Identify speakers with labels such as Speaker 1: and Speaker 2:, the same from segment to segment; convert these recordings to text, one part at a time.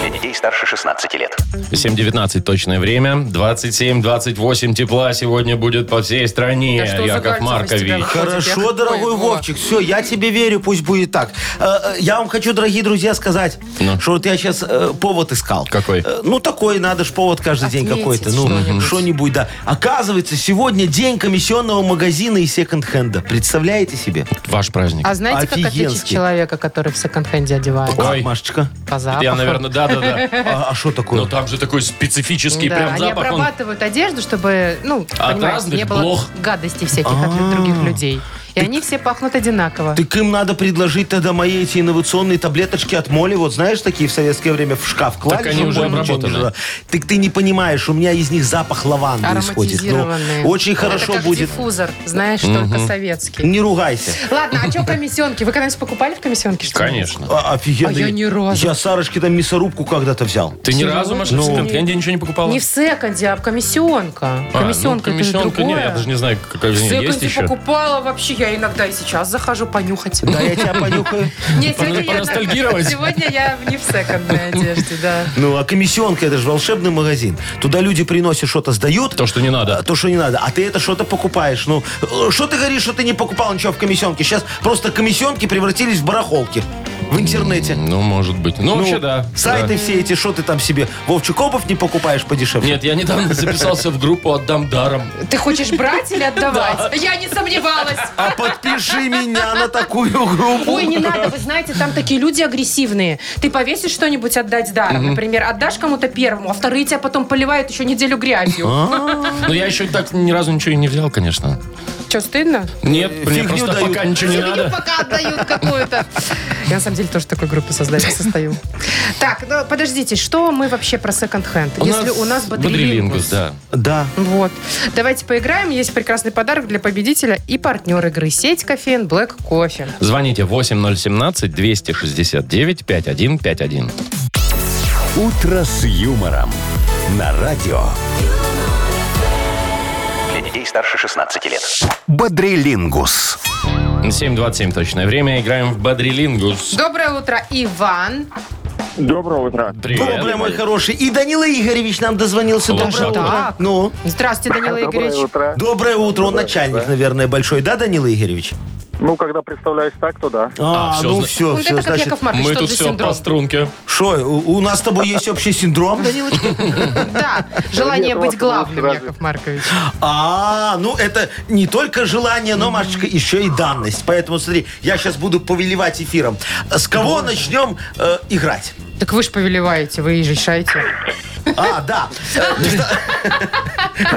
Speaker 1: Для детей старше 16 лет.
Speaker 2: 7.19 точное время. 27-28 тепла сегодня будет по всей стране.
Speaker 3: Да что за
Speaker 2: Яков
Speaker 3: кольца вы с тебя
Speaker 2: Маркович.
Speaker 3: нахуй? Яков
Speaker 4: Хорошо,
Speaker 3: Маркович.
Speaker 4: дорогой
Speaker 3: Ой, во.
Speaker 4: Вовчик, все, я тебе верю, пусть будет так. Э, э, Я вам хочу, дорогие друзья, сказать,
Speaker 2: Ну.
Speaker 4: что вот я сейчас повод искал.
Speaker 2: Какой?
Speaker 4: Э, Ну, такой, надо же повод каждый день
Speaker 3: Отметить
Speaker 4: какой-то. Ну,
Speaker 3: что-нибудь.
Speaker 4: что-нибудь, да. Оказывается, сегодня день комиссионного магазина и секонд-хенда. Представляете себе?
Speaker 2: Ваш праздник.
Speaker 3: А знаете, как отличить
Speaker 4: Офигенский.
Speaker 3: человека, который в секонд-хенде одевает?
Speaker 2: Ой.
Speaker 4: Как, Машечка?
Speaker 3: По запаху.
Speaker 2: Я, наверное, да-да-да.
Speaker 4: А что
Speaker 2: Но
Speaker 4: такое?
Speaker 2: там же такой специфический
Speaker 3: Да,
Speaker 2: прям
Speaker 3: они
Speaker 2: запах. он-
Speaker 3: обрабатывают одежду, чтобы, ну,
Speaker 2: От
Speaker 3: понимаете,
Speaker 2: разных
Speaker 3: не было
Speaker 2: блох.
Speaker 3: гадостей всяких от других людей. И они все пахнут одинаково.
Speaker 4: Так им надо предложить тогда мои эти инновационные таблеточки от моли. Вот знаешь, такие в советское время в шкаф клали.
Speaker 2: они
Speaker 4: чтоб
Speaker 2: уже
Speaker 4: боль ничего не
Speaker 2: обработаны.
Speaker 4: жрала. Так ты не понимаешь, у меня из них запах лаванды исходит. Ну,
Speaker 3: Ароматизированные.
Speaker 4: очень хорошо
Speaker 3: Это как типа-
Speaker 4: будет.
Speaker 3: диффузор, знаешь, только советский.
Speaker 4: Не ругайся.
Speaker 3: Ладно, а что комиссионки? Вы когда-нибудь покупали в комиссионке что-нибудь?
Speaker 2: Конечно.
Speaker 4: А, офигенно.
Speaker 3: А я ни разу.
Speaker 4: Я Сарочке там мясорубку когда-то взял.
Speaker 2: Ты ни разу, Маша, в секонд-хенде ничего не покупала?
Speaker 3: Не в секонде, а в комиссионка.
Speaker 2: А, ну,
Speaker 3: комиссионка, это же
Speaker 2: комиссионка,
Speaker 3: другое.
Speaker 2: не, я даже не знаю, какая у
Speaker 3: В
Speaker 2: нее есть
Speaker 3: секонде
Speaker 2: еще.
Speaker 3: покупала вообще, я я иногда и сейчас захожу понюхать.
Speaker 4: Да, я тебя понюхаю.
Speaker 3: Нет, сегодня я-
Speaker 2: Поностальгировать?
Speaker 3: Сегодня я в не в секондной одежде, да.
Speaker 4: Ну, а комиссионка, это же волшебный магазин. Туда люди приносят что-то, сдают.
Speaker 2: То, что не надо.
Speaker 4: а, То, что не надо. А ты это что-то покупаешь. Ну, э, что ты говоришь, что ты не покупал ничего в комиссионке? Сейчас просто комиссионки превратились в барахолки в интернете.
Speaker 2: Ну, может быть. Ну, вообще, да.
Speaker 4: Сайты
Speaker 2: Да.
Speaker 4: все эти, что ты там себе, Вовчик, обувь не покупаешь подешевле?
Speaker 2: Нет, я недавно записался в группу «Отдам даром».
Speaker 3: Ты хочешь брать или отдавать? Я не сомневалась.
Speaker 4: А подпиши меня на такую группу.
Speaker 3: Ой, не надо, вы знаете, там такие люди агрессивные. Ты повесишь что-нибудь отдать даром, например, отдашь кому-то первому, а вторые тебя потом поливают еще неделю грязью.
Speaker 2: Но я еще так ни разу ничего и не взял, конечно.
Speaker 3: Че, стыдно?
Speaker 2: Нет, мне
Speaker 4: Фигню
Speaker 2: просто
Speaker 4: дают.
Speaker 2: пока ничего не
Speaker 3: Фигню
Speaker 2: надо.
Speaker 3: пока отдают какую-то. Я на самом деле тоже такой группы создатель состою. Так, ну, подождите, что мы вообще про секонд-хенд? Если у нас
Speaker 2: Бодрилингус,
Speaker 3: бодрилингус.
Speaker 2: да.
Speaker 4: Да.
Speaker 3: Вот. Давайте поиграем. Есть прекрасный подарок для победителя и партнер игры. Сеть кофеин Black Кофе.
Speaker 2: Звоните 8017-269-5151.
Speaker 5: «Утро с юмором» на радио.
Speaker 1: Для детей старше 16 лет.
Speaker 5: Бодрилингус.
Speaker 2: 7.27 точное время. Играем в Бодрилингус.
Speaker 3: Доброе утро, Иван.
Speaker 6: Доброе утро.
Speaker 2: Привет.
Speaker 4: Доброе, мой хороший. И Данила Игоревич нам дозвонился.
Speaker 2: Лошадка.
Speaker 4: Доброе утро.
Speaker 3: Так.
Speaker 4: Ну,
Speaker 3: Здравствуйте, Данила Игоревич.
Speaker 6: Доброе утро.
Speaker 4: доброе утро. Он начальник, наверное, большой. Да, Данила Игоревич?
Speaker 6: Ну, когда представляюсь так, то да.
Speaker 4: А,
Speaker 2: всё,
Speaker 4: ну
Speaker 2: зна-
Speaker 4: все,
Speaker 3: Вот это
Speaker 4: все,
Speaker 3: как
Speaker 4: значит...
Speaker 3: Яков Маркович,
Speaker 2: Мы
Speaker 3: что
Speaker 2: тут
Speaker 3: за
Speaker 2: все по
Speaker 3: синдром?
Speaker 2: струнке.
Speaker 4: Что, у, у нас с тобой есть общий синдром, Данилочка?
Speaker 3: Да, желание
Speaker 6: Нет, ну, у
Speaker 3: быть
Speaker 6: вас
Speaker 3: главным,
Speaker 6: разве-
Speaker 3: Яков Маркович.
Speaker 4: А, ну это не только желание, но, Машечка, еще и данность. Поэтому смотри, я сейчас буду повелевать эфиром. С кого начнем э, играть?
Speaker 3: Так вы же повелеваете, вы и решаете.
Speaker 4: А, да.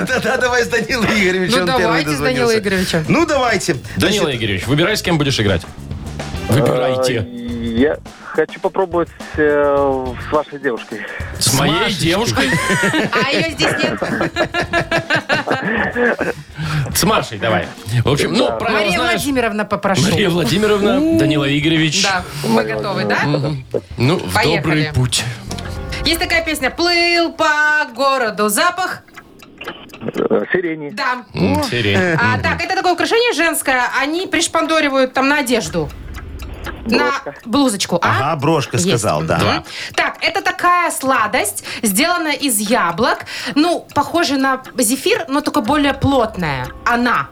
Speaker 4: Да-да, давай с Данилой Игоревичем.
Speaker 3: Ну,
Speaker 4: он первый
Speaker 3: давайте с
Speaker 4: дозвонился.
Speaker 3: Данилой Игоревичем.
Speaker 4: Ну, давайте.
Speaker 2: Данила
Speaker 4: Значит,
Speaker 2: Игоревич, выбирай, с кем будешь играть.
Speaker 6: А,
Speaker 2: Выбирайте.
Speaker 6: Я хочу попробовать э, с вашей девушкой.
Speaker 2: С моей девушкой.
Speaker 3: А ее здесь нет.
Speaker 2: С Машей давай. В общем, ну, правила
Speaker 3: Мария
Speaker 2: знаешь.
Speaker 3: Владимировна попрошу.
Speaker 2: Мария Владимировна, Данила Игоревич.
Speaker 3: Да, мы готовы, да?
Speaker 2: Ну, в
Speaker 3: Поехали.
Speaker 2: добрый путь.
Speaker 3: Есть такая песня «Плыл по городу запах».
Speaker 6: Э, Сирени.
Speaker 3: Да.
Speaker 2: М, сирень.
Speaker 3: А, так, это такое украшение женское. Они пришпандоривают там на одежду. На блузочку. А?
Speaker 4: Ага, брошка
Speaker 3: Есть.
Speaker 4: сказал, да.
Speaker 3: Мгм. Так, это такая сладость, сделана из яблок. Ну, похоже на зефир, но только более плотная. Она.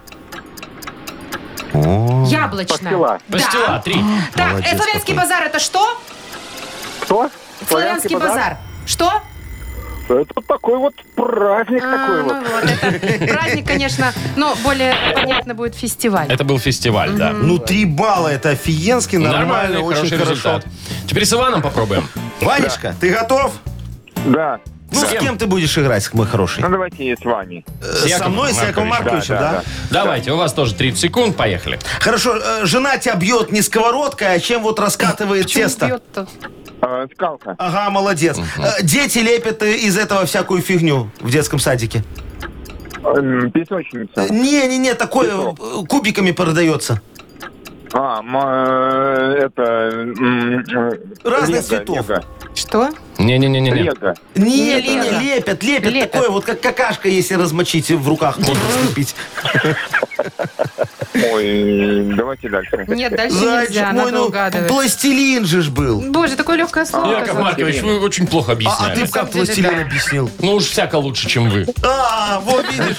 Speaker 3: Яблочная.
Speaker 6: Пастила.
Speaker 3: А, Да.
Speaker 2: Пастила, три.
Speaker 3: Так,
Speaker 4: Молодец
Speaker 3: э, славянский
Speaker 4: какой.
Speaker 3: базар это что?
Speaker 6: Кто?
Speaker 3: Славянский базар. Что?
Speaker 6: базар. Это такой вот праздник такой
Speaker 3: А,
Speaker 6: вот.
Speaker 3: ну вот, это праздник, конечно, но более понятно будет фестиваль.
Speaker 2: Это был фестиваль, да.
Speaker 4: Ну, три балла, это офигенский, нормально, очень
Speaker 2: хороший
Speaker 4: хорошо.
Speaker 2: результат. Теперь с Иваном попробуем.
Speaker 4: Ванечка, ты готов?
Speaker 6: Да.
Speaker 4: Ну,
Speaker 2: С
Speaker 4: с
Speaker 2: кем?
Speaker 4: кем ты будешь играть, мой хороший?
Speaker 6: Ну, давайте и с вами.
Speaker 4: Э, Со
Speaker 2: Яковом
Speaker 4: мной, с Яковом
Speaker 6: Марковичем,
Speaker 4: Марковичем,
Speaker 6: да,
Speaker 4: да?
Speaker 2: Давайте, у вас тоже 30 секунд, поехали.
Speaker 4: Хорошо, э, жена тебя бьет не сковородкой, а чем вот раскатывает
Speaker 3: Почему
Speaker 4: тесто.
Speaker 3: бьет-то?
Speaker 6: Э, Скалка.
Speaker 4: Ага, молодец. Э, Дети лепят э, из этого всякую фигню в детском садике. Э,
Speaker 6: Эм, Песочница.
Speaker 4: Не-не-не, такое э, кубиками продается.
Speaker 6: А, м, э, это... м, э,
Speaker 4: Разных
Speaker 6: лего,
Speaker 4: цветов.
Speaker 6: лего.
Speaker 3: Что?
Speaker 2: Не-не-не-не.
Speaker 6: Лего.
Speaker 4: Нет,
Speaker 3: Не,
Speaker 4: не,
Speaker 3: лего.
Speaker 4: лепят, лепят,
Speaker 3: Лепят. Ну,
Speaker 4: Такое вот, как какашка, если размочить в руках, можно купить.
Speaker 6: Ой, давайте дальше.
Speaker 3: Нет, дальше
Speaker 4: Зайчик
Speaker 3: нельзя,
Speaker 4: мой,
Speaker 3: надо
Speaker 4: ну,
Speaker 3: угадывать.
Speaker 4: пластилин же ж был.
Speaker 3: Боже, такое легкое слово.
Speaker 2: Яков
Speaker 3: оказалось.
Speaker 2: Маркович, вы очень плохо
Speaker 4: А, а ты
Speaker 2: объясняли.
Speaker 4: б как
Speaker 3: самом деле,
Speaker 4: пластилин
Speaker 3: да.
Speaker 4: объяснил?
Speaker 2: Ну уж всяко лучше, чем вы.
Speaker 4: А, вот видишь.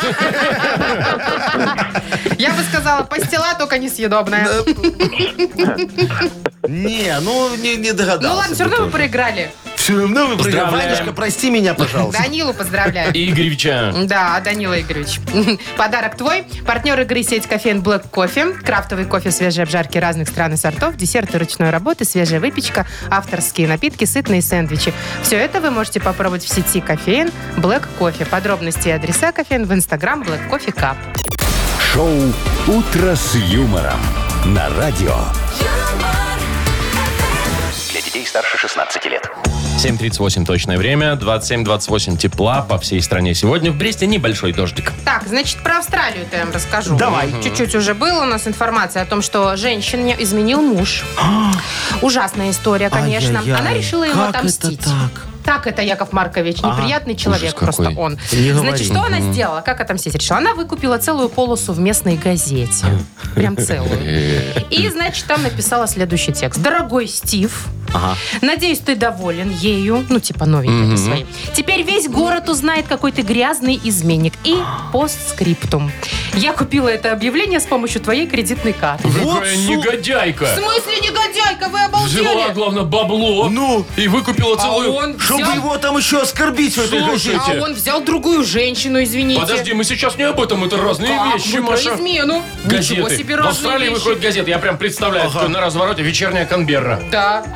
Speaker 3: Я бы сказала, пастила, только несъедобная. Ну
Speaker 4: Не, ну не, не догадался.
Speaker 3: Ну ладно, все равно вы проиграли.
Speaker 4: Все равно вы проиграли.
Speaker 2: Поздравляем.
Speaker 4: Ванечка, прости меня, пожалуйста.
Speaker 3: Данилу поздравляю.
Speaker 2: И Игоревича.
Speaker 3: Да, Данила Игоревич. Подарок твой. Партнер игры сеть кофеин Black Кофе. Крафтовый кофе, свежие обжарки разных стран и сортов, десерты ручной работы, свежая выпечка, авторские напитки, сытные сэндвичи. Все это вы можете попробовать в сети кофеин Black Кофе. Подробности и адреса кофеин в инстаграм Black Кофе Cup.
Speaker 5: Шоу «Утро с юмором» на радио.
Speaker 1: Для детей старше 16 лет.
Speaker 2: 7.38 точное время, 27-28 тепла по всей стране. Сегодня в Бресте небольшой дождик.
Speaker 3: Так, значит, про Австралию-то я вам расскажу.
Speaker 4: Давай.
Speaker 3: Мгм. Чуть-чуть уже было у нас информация о том, что женщине изменил муж. Ужасная история, конечно.
Speaker 4: Ай-яй-яй,
Speaker 3: Она решила ему
Speaker 4: как это
Speaker 3: отомстить.
Speaker 4: так? А,
Speaker 3: Так это Яков Маркович, неприятный человек
Speaker 2: Ужас
Speaker 3: просто
Speaker 2: какой.
Speaker 3: он.
Speaker 4: Не говори.
Speaker 3: Значит, что она сделала? Как отомстить решила? Она выкупила целую полосу в местной газете. Прям целую. И, значит, там написала следующий текст. Дорогой Стив, надеюсь, ты доволен ею. Ну, типа новенькой ты своей. Теперь весь город узнает, какой ты грязный изменник. И постскриптум. Я купила это объявление с помощью твоей кредитной карты.
Speaker 2: Какая
Speaker 4: су-
Speaker 3: В
Speaker 2: негодяйка!
Speaker 3: смысле, негодяйка, вы
Speaker 2: Взяла,
Speaker 3: обалдели?
Speaker 2: главное, бабло
Speaker 4: Ну?
Speaker 2: и выкупила
Speaker 3: А
Speaker 2: целую...
Speaker 3: он
Speaker 4: Чтобы
Speaker 3: взял-
Speaker 4: его там еще оскорбить в этой
Speaker 2: Слушай.
Speaker 4: газете.
Speaker 3: А он взял другую женщину, извините.
Speaker 2: Подожди, мы сейчас не об этом, это разные
Speaker 3: Как
Speaker 2: вещи,
Speaker 3: вы про
Speaker 2: Маша.
Speaker 3: измену?
Speaker 2: Газеты.
Speaker 3: Ничего себе
Speaker 2: В
Speaker 3: разные
Speaker 2: Австралии
Speaker 3: вещи.
Speaker 2: выходит газета, я прям представляю, такой на развороте вечерняя конберра.
Speaker 3: Да,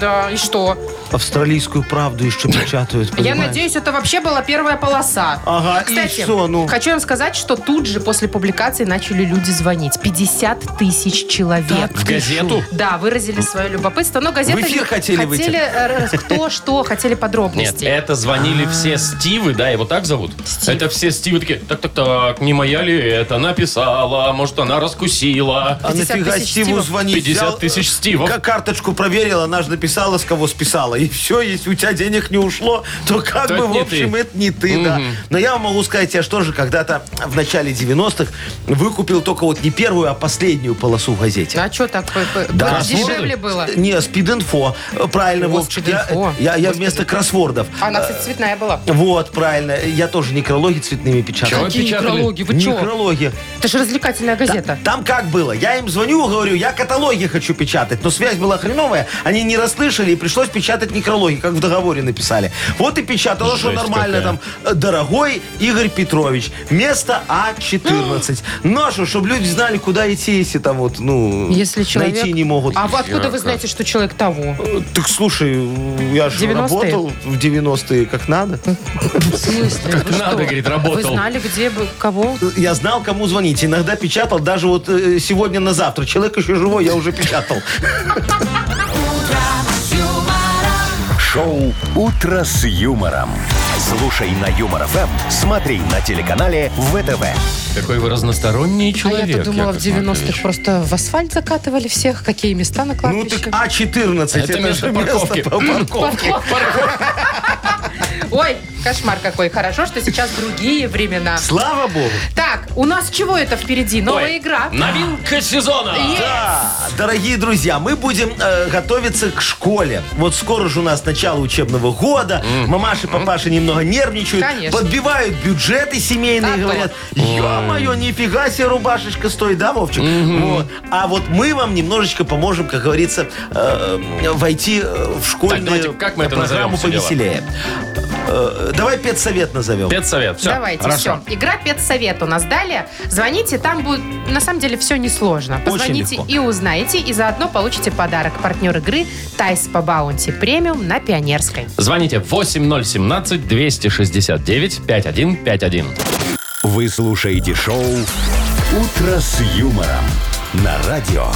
Speaker 3: да, и что?
Speaker 4: Австралийскую правду еще печатают,
Speaker 3: Я надеюсь, это вообще была первая полоса.
Speaker 2: А,
Speaker 4: Ага, и
Speaker 3: А, Кстати,
Speaker 4: что, ну?
Speaker 3: хочу вам сказать, что тут же после публикации начали люди звонить. 50 тысяч человек.
Speaker 2: В газету?
Speaker 3: Да, выразили свое любопытство, но газеты...
Speaker 4: В эфир хотели выйти.
Speaker 3: э, э, кто что, хотели
Speaker 2: Нет,
Speaker 3: подробности.
Speaker 2: это звонили все Стивы, да, его так зовут?
Speaker 3: А. Стив.
Speaker 2: Это все Стивы такие, так-так-так, не моя ли это написала, может, она раскусила.
Speaker 4: А
Speaker 3: 50
Speaker 4: нафига
Speaker 3: тысяч
Speaker 4: Стиву
Speaker 3: стивов.
Speaker 4: звонить?
Speaker 2: 50
Speaker 4: Взял,
Speaker 2: тысяч
Speaker 4: э,
Speaker 2: стивов.
Speaker 4: Как карточку проверила, она же написала, с кого списала. И все, если у тебя денег не ушло, то как
Speaker 2: То
Speaker 4: бы,
Speaker 2: это
Speaker 4: в
Speaker 2: не
Speaker 4: общем,
Speaker 2: ты.
Speaker 4: это не ты, да. Но я вам могу сказать, я же тоже когда-то в начале 90-х выкупил только вот не первую, а последнюю полосу в газете.
Speaker 3: А что так? э, э,
Speaker 4: Да.
Speaker 3: Дешевле было?
Speaker 4: Не, спид-инфо. Э, Правильно,
Speaker 3: О,
Speaker 4: Вовчик. Я,
Speaker 3: «Спид-инфо».
Speaker 4: я, я
Speaker 3: Господи.
Speaker 4: вместо кроссвордов.
Speaker 3: Она, кстати, цветная была.
Speaker 4: Вот, правильно. Я тоже некрологи цветными печатал.
Speaker 2: Чего? Вы
Speaker 3: Какие
Speaker 2: печатали?
Speaker 3: некрологи? Вы что?
Speaker 4: Некрологи.
Speaker 3: Это же развлекательная газета.
Speaker 4: Там как было? Я им звоню, говорю, я каталоги хочу печатать, но связь была хреновая, они не расслышали, и пришлось печатать некрологи, как в договоре написали. Вот и печатал, что
Speaker 2: Жесть
Speaker 4: нормально
Speaker 2: какая.
Speaker 4: там. э, Дорогой Игорь Петрович, место А Ну, А14. Ношу, чтобы а люди знали, куда идти, если там вот, ну,
Speaker 3: Если человек...
Speaker 4: найти не могут.
Speaker 3: А вы откуда вы знаете, что человек того?
Speaker 4: Э, Так слушай, я же
Speaker 3: 90-е?
Speaker 4: работал в 90-е как надо.
Speaker 3: В смысле? Как
Speaker 2: надо, говорит, работал.
Speaker 3: Вы знали, где бы, кого?
Speaker 4: Я знал, кому звонить. Иногда печатал, даже вот э, сегодня на завтра. Человек еще живой, я уже печатал.
Speaker 5: Шоу «Утро с юмором». Слушай на Юмор ФМ, смотри на телеканале ВТВ.
Speaker 2: Какой вы разносторонний человек.
Speaker 3: а я-то думала, в
Speaker 2: Яков
Speaker 3: 90-х
Speaker 2: Маркович.
Speaker 3: просто в асфальт закатывали всех. Какие места на
Speaker 4: Ну
Speaker 3: кладбище?
Speaker 4: так А14, это,
Speaker 2: Это место
Speaker 4: же
Speaker 2: парковки.
Speaker 4: место по парковке.
Speaker 3: Ой, кошмар какой. Хорошо, что сейчас другие времена.
Speaker 4: Слава богу.
Speaker 3: Так, у нас чего это впереди? Новая
Speaker 2: Ой, Ну,
Speaker 3: игра.
Speaker 2: Новинка сезона.
Speaker 3: Е-
Speaker 4: Да, дорогие друзья, мы будем э, готовиться к школе. Вот скоро же у нас начало учебного года. Мамаши, папаши немного нервничают.
Speaker 3: Конечно.
Speaker 4: Подбивают бюджеты семейные.
Speaker 3: А то.
Speaker 4: говорят, ё-моё, нифига себе рубашечка стоит, да, Вовчик? Вот. А вот мы вам немножечко поможем, как говорится, э, войти э, в школьную
Speaker 2: давайте, как мы это назовем
Speaker 4: программу
Speaker 2: всё дело?
Speaker 4: повеселее. Э, давай педсовет назовем.
Speaker 2: Спецсовет. Все.
Speaker 3: Давайте,
Speaker 2: Хорошо.
Speaker 3: все. Игра «Педсовет» у нас далее. Звоните, там будет, на самом деле, все несложно. Позвоните
Speaker 4: легко.
Speaker 3: и узнаете, и заодно получите подарок. Партнер игры «Тайс по баунти премиум» на Пионерской.
Speaker 2: Звоните 8017-269-5151.
Speaker 5: Вы слушаете шоу «Утро с юмором» на радио.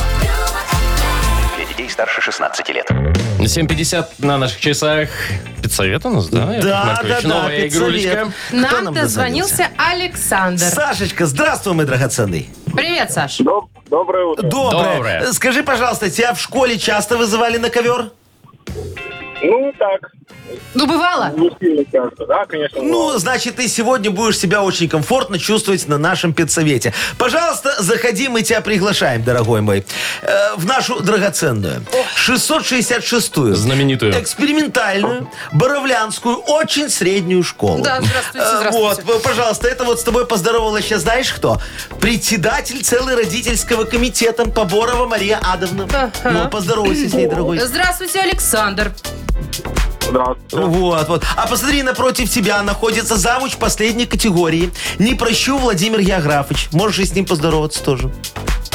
Speaker 1: Для детей старше 16 лет.
Speaker 2: 7.50 на наших часах. Педсовет у нас, да? Яков
Speaker 4: Да,
Speaker 2: Маркович?
Speaker 4: да, да,
Speaker 2: Новая
Speaker 4: педсовет.
Speaker 2: игрулечка.
Speaker 4: Кто
Speaker 3: Нам,
Speaker 4: дозвонился?
Speaker 3: дозвонился Александр.
Speaker 4: Сашечка, здравствуй, мой драгоценный.
Speaker 3: Привет, Саш.
Speaker 6: Доброе утро.
Speaker 4: Доброе.
Speaker 2: Доброе.
Speaker 4: Скажи, пожалуйста, тебя в школе часто вызывали на ковер?
Speaker 6: Ну, так,
Speaker 3: Ну, бывало?
Speaker 6: не сильно часто, да, конечно.
Speaker 4: Ну, значит, ты сегодня будешь себя очень комфортно чувствовать на нашем педсовете. Пожалуйста, заходи, мы тебя приглашаем, дорогой мой, э, в нашу драгоценную 666-ю.
Speaker 2: Знаменитую.
Speaker 4: Экспериментальную, боровлянскую, очень среднюю школу.
Speaker 3: Да, здравствуйте,
Speaker 4: Э,
Speaker 3: здравствуйте.
Speaker 4: Вот, пожалуйста, это вот с тобой поздоровалась сейчас знаешь кто? Председатель целый родительского комитета Поборова Мария Адовна.
Speaker 3: Ага. Э,
Speaker 4: Ну, поздоровайся с ней, дорогой.
Speaker 3: Здравствуйте, Александр.
Speaker 6: Здравствуйте.
Speaker 4: Вот, вот. А посмотри, напротив тебя находится завуч последней категории. Не прощу, Владимир Яграфович. Можешь и с ним поздороваться тоже.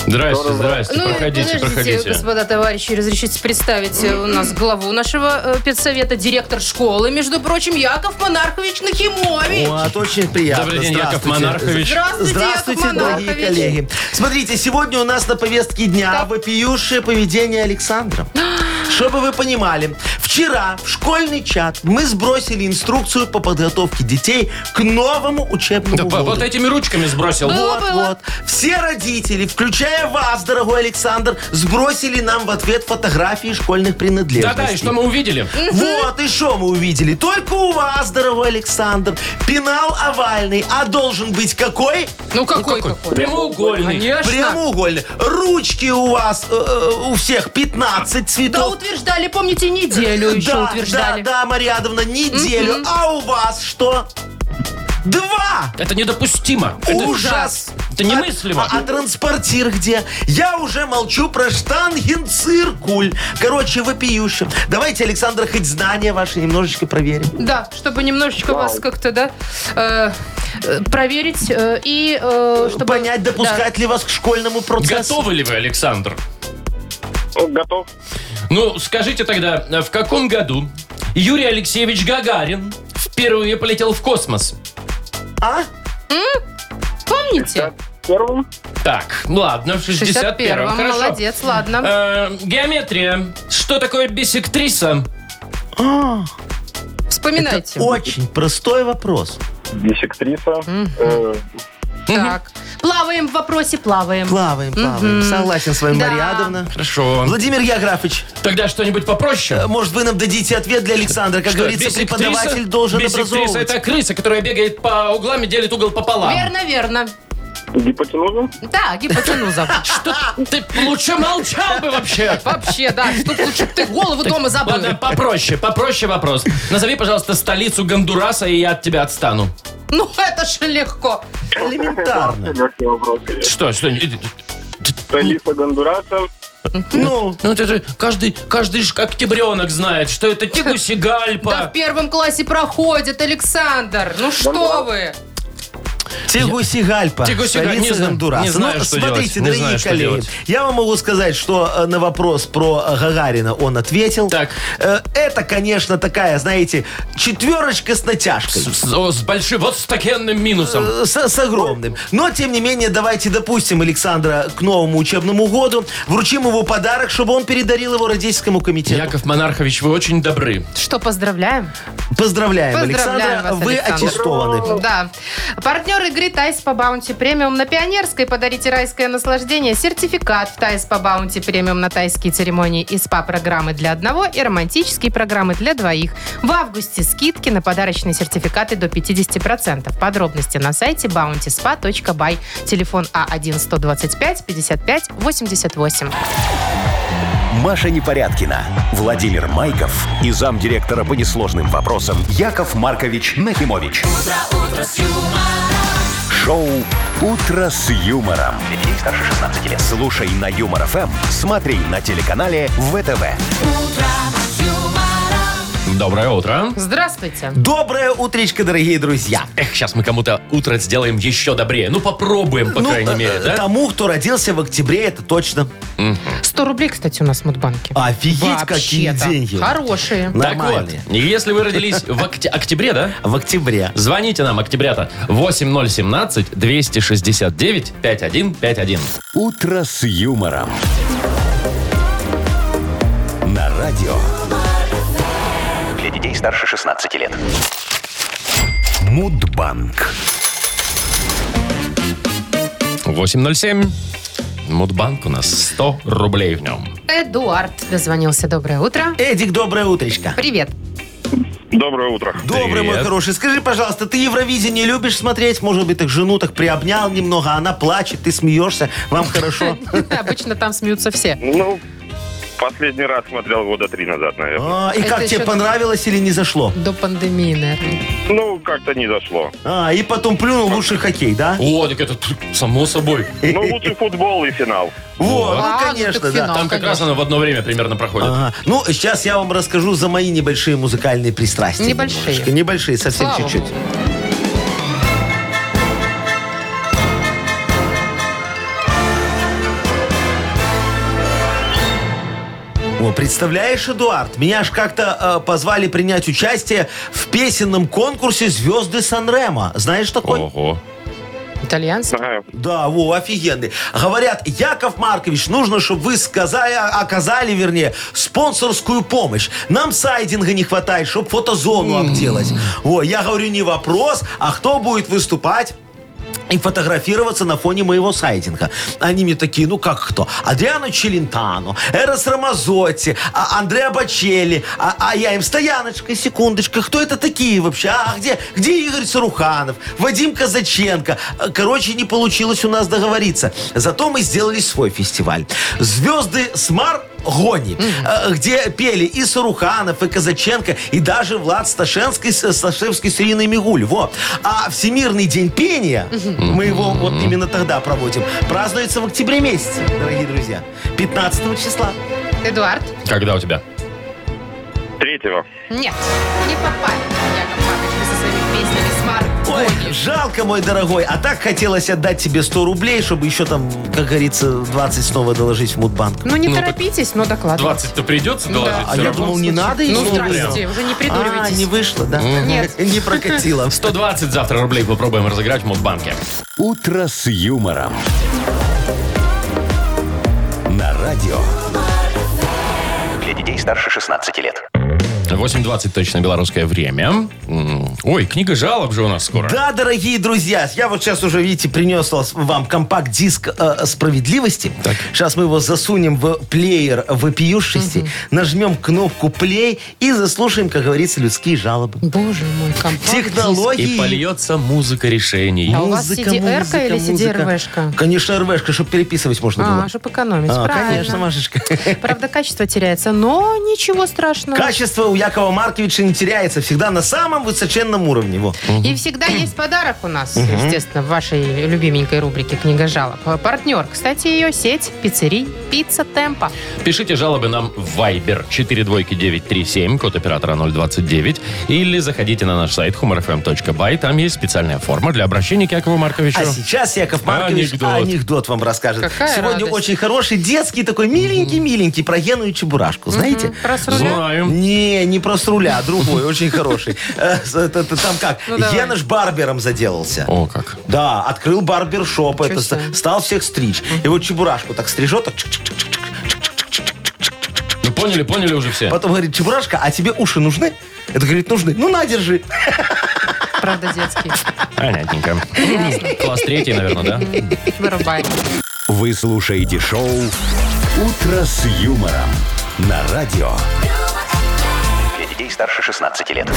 Speaker 2: Здрасте, здрасте. проходите, проходите.
Speaker 3: Ну, господа товарищи, разрешите представить э, у нас главу нашего э, педсовета, директор школы, между прочим, Яков Монархович Нахимович.
Speaker 4: Вот, очень приятно.
Speaker 2: Добрый день, Яков
Speaker 4: Здравствуйте.
Speaker 2: Монархович.
Speaker 3: Здравствуйте,
Speaker 4: Здравствуйте,
Speaker 3: Яков
Speaker 4: дорогие
Speaker 3: Монархович.
Speaker 4: коллеги. Смотрите, сегодня у нас на повестке дня вопиющее поведение Александра. Чтобы вы понимали, вчера в школьный чат мы сбросили инструкцию по подготовке детей к новому учебному
Speaker 2: Да, по-
Speaker 4: году.
Speaker 2: вот этими ручками сбросил.
Speaker 3: Было,
Speaker 4: Вот,
Speaker 3: было.
Speaker 4: вот. Все родители, включая вас, дорогой Александр, сбросили нам в ответ фотографии школьных принадлежностей.
Speaker 2: Да-да, и что мы увидели?
Speaker 4: Вот и что мы увидели. Только у вас, дорогой Александр, пенал овальный, а должен быть какой?
Speaker 3: Ну какой какой?
Speaker 2: Прямоугольный.
Speaker 3: Конечно.
Speaker 4: Прямоугольный. Ручки у вас, э, э, у всех 15
Speaker 3: Да
Speaker 4: цветов.
Speaker 3: утверждали, помните, неделю еще утверждали.
Speaker 4: да, да, Мария Адовна, неделю. А у вас что? Два!
Speaker 2: Это недопустимо.
Speaker 4: Ужас!
Speaker 2: Это немыслимо.
Speaker 4: А, а транспортир где? Я уже молчу про штангенциркуль. Короче, вопиюще. Давайте, Александр, хоть знания ваши немножечко проверим. Ну,
Speaker 3: Да, чтобы немножечко вас как-то, да, э, э, проверить э, и э, чтобы...
Speaker 4: Понять, допускать ли вас к школьному процессу.
Speaker 2: Готовы ли вы, Александр?
Speaker 6: Готов.
Speaker 2: Ну, скажите тогда, в каком году Юрий Алексеевич Гагарин впервые полетел в космос?
Speaker 4: А?
Speaker 3: Да. Помните?
Speaker 6: Первым.
Speaker 2: Так, ну ладно, в 61-м.
Speaker 3: 61-м.
Speaker 2: Хорошо.
Speaker 3: Молодец, ладно.
Speaker 2: Э, геометрия. Что такое бисектриса?
Speaker 3: Вспоминайте.
Speaker 4: Очень простой вопрос.
Speaker 6: Дисектриса. Э,
Speaker 3: Так. Плаваем в вопросе, плаваем.
Speaker 4: Плаваем, плаваем. Согласен с вами,
Speaker 3: Да.
Speaker 4: Мария Адовна.
Speaker 2: Хорошо.
Speaker 4: Владимир Яграфович,
Speaker 2: Тогда что-нибудь
Speaker 4: э,
Speaker 2: попроще?
Speaker 4: может, вы нам дадите ответ для Александра? Как
Speaker 2: Что,
Speaker 4: говорится,
Speaker 2: бисектриса?
Speaker 4: преподаватель должен
Speaker 2: Бисектриса
Speaker 4: образовывать.
Speaker 2: это крыса, которая бегает по углам и делит угол пополам.
Speaker 3: Верно, верно.
Speaker 6: Гипотенуза.
Speaker 3: Да, гипотенуза.
Speaker 2: Что ты лучше молчал бы вообще?
Speaker 3: Вообще, да, тут лучше б ты голову дома
Speaker 2: Ладно,
Speaker 3: забыл.
Speaker 2: попроще, попроще вопрос. Назови, пожалуйста, столицу Гондураса, и я от тебя отстану.
Speaker 3: Ну, это же легко.
Speaker 4: Элементарно.
Speaker 6: Легкий вопрос, конечно.
Speaker 2: Что, что?
Speaker 6: Столица Гондураса.
Speaker 4: Ну,
Speaker 2: Ну, это же каждый, каждый ж как тигренок знает, что это
Speaker 3: Да
Speaker 2: Тегусигальпа.
Speaker 3: в первом классе проходит, Александр. Ну что вы?
Speaker 4: Тегусигальпа,
Speaker 2: Тегусигаль- не
Speaker 4: столица
Speaker 2: знаю,
Speaker 4: Гондураса.
Speaker 2: не знаю,
Speaker 4: ну,
Speaker 2: что делать,
Speaker 4: смотрите,
Speaker 2: не
Speaker 4: дорогие
Speaker 2: знаю, что
Speaker 4: коллеги,
Speaker 2: делать.
Speaker 4: я вам могу сказать, что э, на вопрос про э, Гагарина он ответил.
Speaker 2: Так.
Speaker 4: Э, Это, конечно, такая, знаете, четверочка с натяжкой.
Speaker 2: С, о, с большим, вот с такенным минусом.
Speaker 4: Э, С, с огромным. Но, тем не менее, давайте допустим Александра к новому учебному году, вручим его подарок, чтобы он передарил его родительскому комитету.
Speaker 2: Яков Монархович, вы очень добры.
Speaker 3: Что, поздравляем?
Speaker 4: Поздравляем,
Speaker 3: Поздравляем
Speaker 4: Александра,
Speaker 3: вас,
Speaker 4: вы
Speaker 3: Александр.
Speaker 4: аттестованы.
Speaker 3: Да. Партнер игры «Тайс по баунти премиум» на Пионерской. Подарите райское наслаждение. Сертификат в «Тайс по баунти премиум» на тайские церемонии и СПА-программы для одного и романтические программы для двоих. В августе скидки на подарочные сертификаты до 50%. Подробности на сайте bountyspa.by. Телефон А А1-125-55-88.
Speaker 5: Маша Непорядкина, Владимир Майков и замдиректора по несложным вопросам Яков Маркович Нахимович. Шоу Утро с юмором. Для детей старше 16 лет. Слушай на юмор ФМ, смотри на телеканале ВТВ.
Speaker 2: Доброе утро.
Speaker 3: Здравствуйте.
Speaker 4: Доброе утречко, дорогие друзья.
Speaker 2: Эх, сейчас мы кому-то утро сделаем еще добрее. Ну, попробуем, по
Speaker 4: Ну,
Speaker 2: крайней
Speaker 4: э,
Speaker 2: мере,
Speaker 4: э,
Speaker 2: да?
Speaker 4: Тому, кто родился в октябре, это точно.
Speaker 3: 100 рублей, кстати, у нас в Мудбанке.
Speaker 4: Офигеть, А, какие
Speaker 3: Вообще-то.
Speaker 4: деньги.
Speaker 3: Хорошие.
Speaker 2: Так вот,
Speaker 4: Нормальные.
Speaker 2: если вы родились в окте- октябре, да?
Speaker 4: В октябре.
Speaker 2: Звоните нам, октябрята, 8017-269-5151.
Speaker 5: Утро с юмором. На радио
Speaker 1: Для детей старше 16 лет.
Speaker 5: Мудбанк.
Speaker 2: 807. Мудбанк у нас 100 рублей в нем.
Speaker 3: Эдуард дозвонился. Доброе утро.
Speaker 4: Эдик, доброе утречко.
Speaker 3: Привет.
Speaker 6: Доброе утро.
Speaker 4: Доброе, мой
Speaker 2: Привет.
Speaker 4: хороший. Скажи, пожалуйста, ты Евровидение любишь смотреть? Может быть, так жену так приобнял немного, а она плачет, ты смеешься, вам хорошо?
Speaker 3: Обычно там смеются все.
Speaker 6: Ну, последний раз смотрел года три назад, наверное.
Speaker 4: А, И
Speaker 3: Это
Speaker 4: как тебе
Speaker 3: еще-
Speaker 4: понравилось или не зашло?
Speaker 3: До пандемии, наверное.
Speaker 6: Ну, как-то не зашло.
Speaker 4: А, и потом плюнул лучше хоккей, да?
Speaker 2: О, так это тут само собой.
Speaker 6: Ну, лучший футбол и финал.
Speaker 4: Вот,
Speaker 3: А, ну,
Speaker 4: ну, конечно,
Speaker 3: так финал.
Speaker 4: да.
Speaker 2: Там как
Speaker 3: конечно.
Speaker 2: раз оно в одно время примерно проходит.
Speaker 4: Ага. Ну, сейчас я вам расскажу за мои небольшие музыкальные пристрастия.
Speaker 3: Небольшие.
Speaker 4: немножечко. Небольшие, совсем
Speaker 3: Слава
Speaker 4: чуть-чуть.
Speaker 3: Богу.
Speaker 4: О, представляешь, Эдуард, меня аж как-то э, позвали принять участие в песенном конкурсе «Звезды Санрема». Знаешь такой?
Speaker 2: Ого.
Speaker 3: Итальянцы?
Speaker 6: Знаю.
Speaker 4: Да, во, офигенный. Говорят, Яков Маркович, нужно, чтобы вы сказали, оказали, вернее, спонсорскую помощь. Нам сайдинга не хватает, чтобы фотозону обделать. Во, я говорю, не вопрос, а кто будет выступать? и фотографироваться на фоне моего сайдинга. Они мне такие, ну как кто? Адриано Челентано, Эрос Рамазотти, а- Андреа Бачелли, а, а я им, стояночка, секундочка, кто это такие вообще? А где, где Игорь Саруханов, Вадим Казаченко? А, Короче, не получилось у нас договориться. Зато мы сделали свой фестиваль. Звезды Смар Гони, э, где пели и Саруханов, и Казаченко, и даже Влад Сташенский, с- Сташевский с Ириной Мигуль. Во. А Всемирный день пения, мы его вот именно тогда проводим, празднуется в октябре месяце, дорогие друзья. 15 числа.
Speaker 3: Эдуард?
Speaker 2: Когда у тебя?
Speaker 6: Третьего.
Speaker 3: Нет, не попали. Яков Маркович, вы со своими песнями смарт
Speaker 4: Ой, жалко, мой дорогой. А так хотелось отдать тебе 100 рублей, чтобы еще там, как говорится, 20 снова доложить в Мудбанк.
Speaker 3: Ну не
Speaker 2: Ну, так
Speaker 3: торопитесь, но докладывайте.
Speaker 2: 20-то придется
Speaker 3: Ну А да.
Speaker 2: доложить
Speaker 3: А
Speaker 4: А
Speaker 2: все
Speaker 4: я
Speaker 2: равно.
Speaker 4: думал, не надо и
Speaker 3: Ну,
Speaker 4: снова.
Speaker 3: здрасте, уже не
Speaker 4: А,
Speaker 3: придуривайтесь.
Speaker 4: не вышло, да?
Speaker 3: Нет.
Speaker 4: Не прокатило.
Speaker 2: 120 завтра рублей попробуем разыграть в Мудбанке.
Speaker 5: «Утро с юмором». На радио.
Speaker 1: Для детей старше 16 лет.
Speaker 2: 8.20 точно белорусское время. М, Ой, книга жалоб же у нас скоро.
Speaker 4: Да, дорогие друзья, я вот сейчас уже, видите, принес вас- вам компакт-диск э, справедливости. Сейчас мы его засунем в плеер вопиюшести, нажмем кнопку play и заслушаем, как говорится, людские жалобы.
Speaker 3: Боже мой, компакт.
Speaker 2: И
Speaker 4: Технологии.
Speaker 2: польется музыка решений.
Speaker 3: А у вас CD-R-ка или CD-РВшка?
Speaker 4: Конечно, РВшка, чтобы переписывать можно было.
Speaker 3: А, чтобы экономить,
Speaker 4: А,
Speaker 3: правильно.
Speaker 4: конечно, Машечка.
Speaker 3: Правда, качество теряется, но ничего страшного.
Speaker 4: Качество у Якова Марковича не теряется. Всегда на самом высоченном уровне. Во.
Speaker 3: И всегда есть подарок у нас, естественно, в вашей любименькой рубрике «Книга жалоб». Партнер, кстати, ее сеть пиццерий «Пицца Темпа».
Speaker 2: Пишите жалобы нам в Viber 42937, код оператора 029, или заходите на наш сайт humorfm.by. Там есть специальная форма для обращения к Якову Марковичу.
Speaker 4: А сейчас Яков Маркович
Speaker 2: Анекдот.
Speaker 4: анекдот, вам расскажет.
Speaker 3: Какая
Speaker 4: Сегодня
Speaker 3: радость.
Speaker 4: очень хороший, детский такой, миленький-миленький, про Гену и Чебурашку. Знаете?
Speaker 3: Про с руля?
Speaker 2: Знаем.
Speaker 4: Не, не про с руля, другой, очень хороший. Э, с- это- это Там как?
Speaker 3: Ну, давай.
Speaker 4: Гена ж барбером заделался.
Speaker 2: О, как.
Speaker 4: Да, открыл барбершоп, это
Speaker 3: Чё себе.
Speaker 4: ст- стал всех стричь. И вот Чебурашку так стрижет, так чик-чик-чик-чик.
Speaker 2: Ну, поняли, поняли уже все.
Speaker 4: потом говорит, Чебурашка, а тебе уши нужны? Это говорит, нужны. Ну, на, держи.
Speaker 3: Правда, детский.
Speaker 2: Понятненько. Класс третий, наверное, да?
Speaker 3: Вырубаем.
Speaker 5: Вы слушаете шоу «Утро с юмором». На радио.
Speaker 1: Для детей старше 16 лет.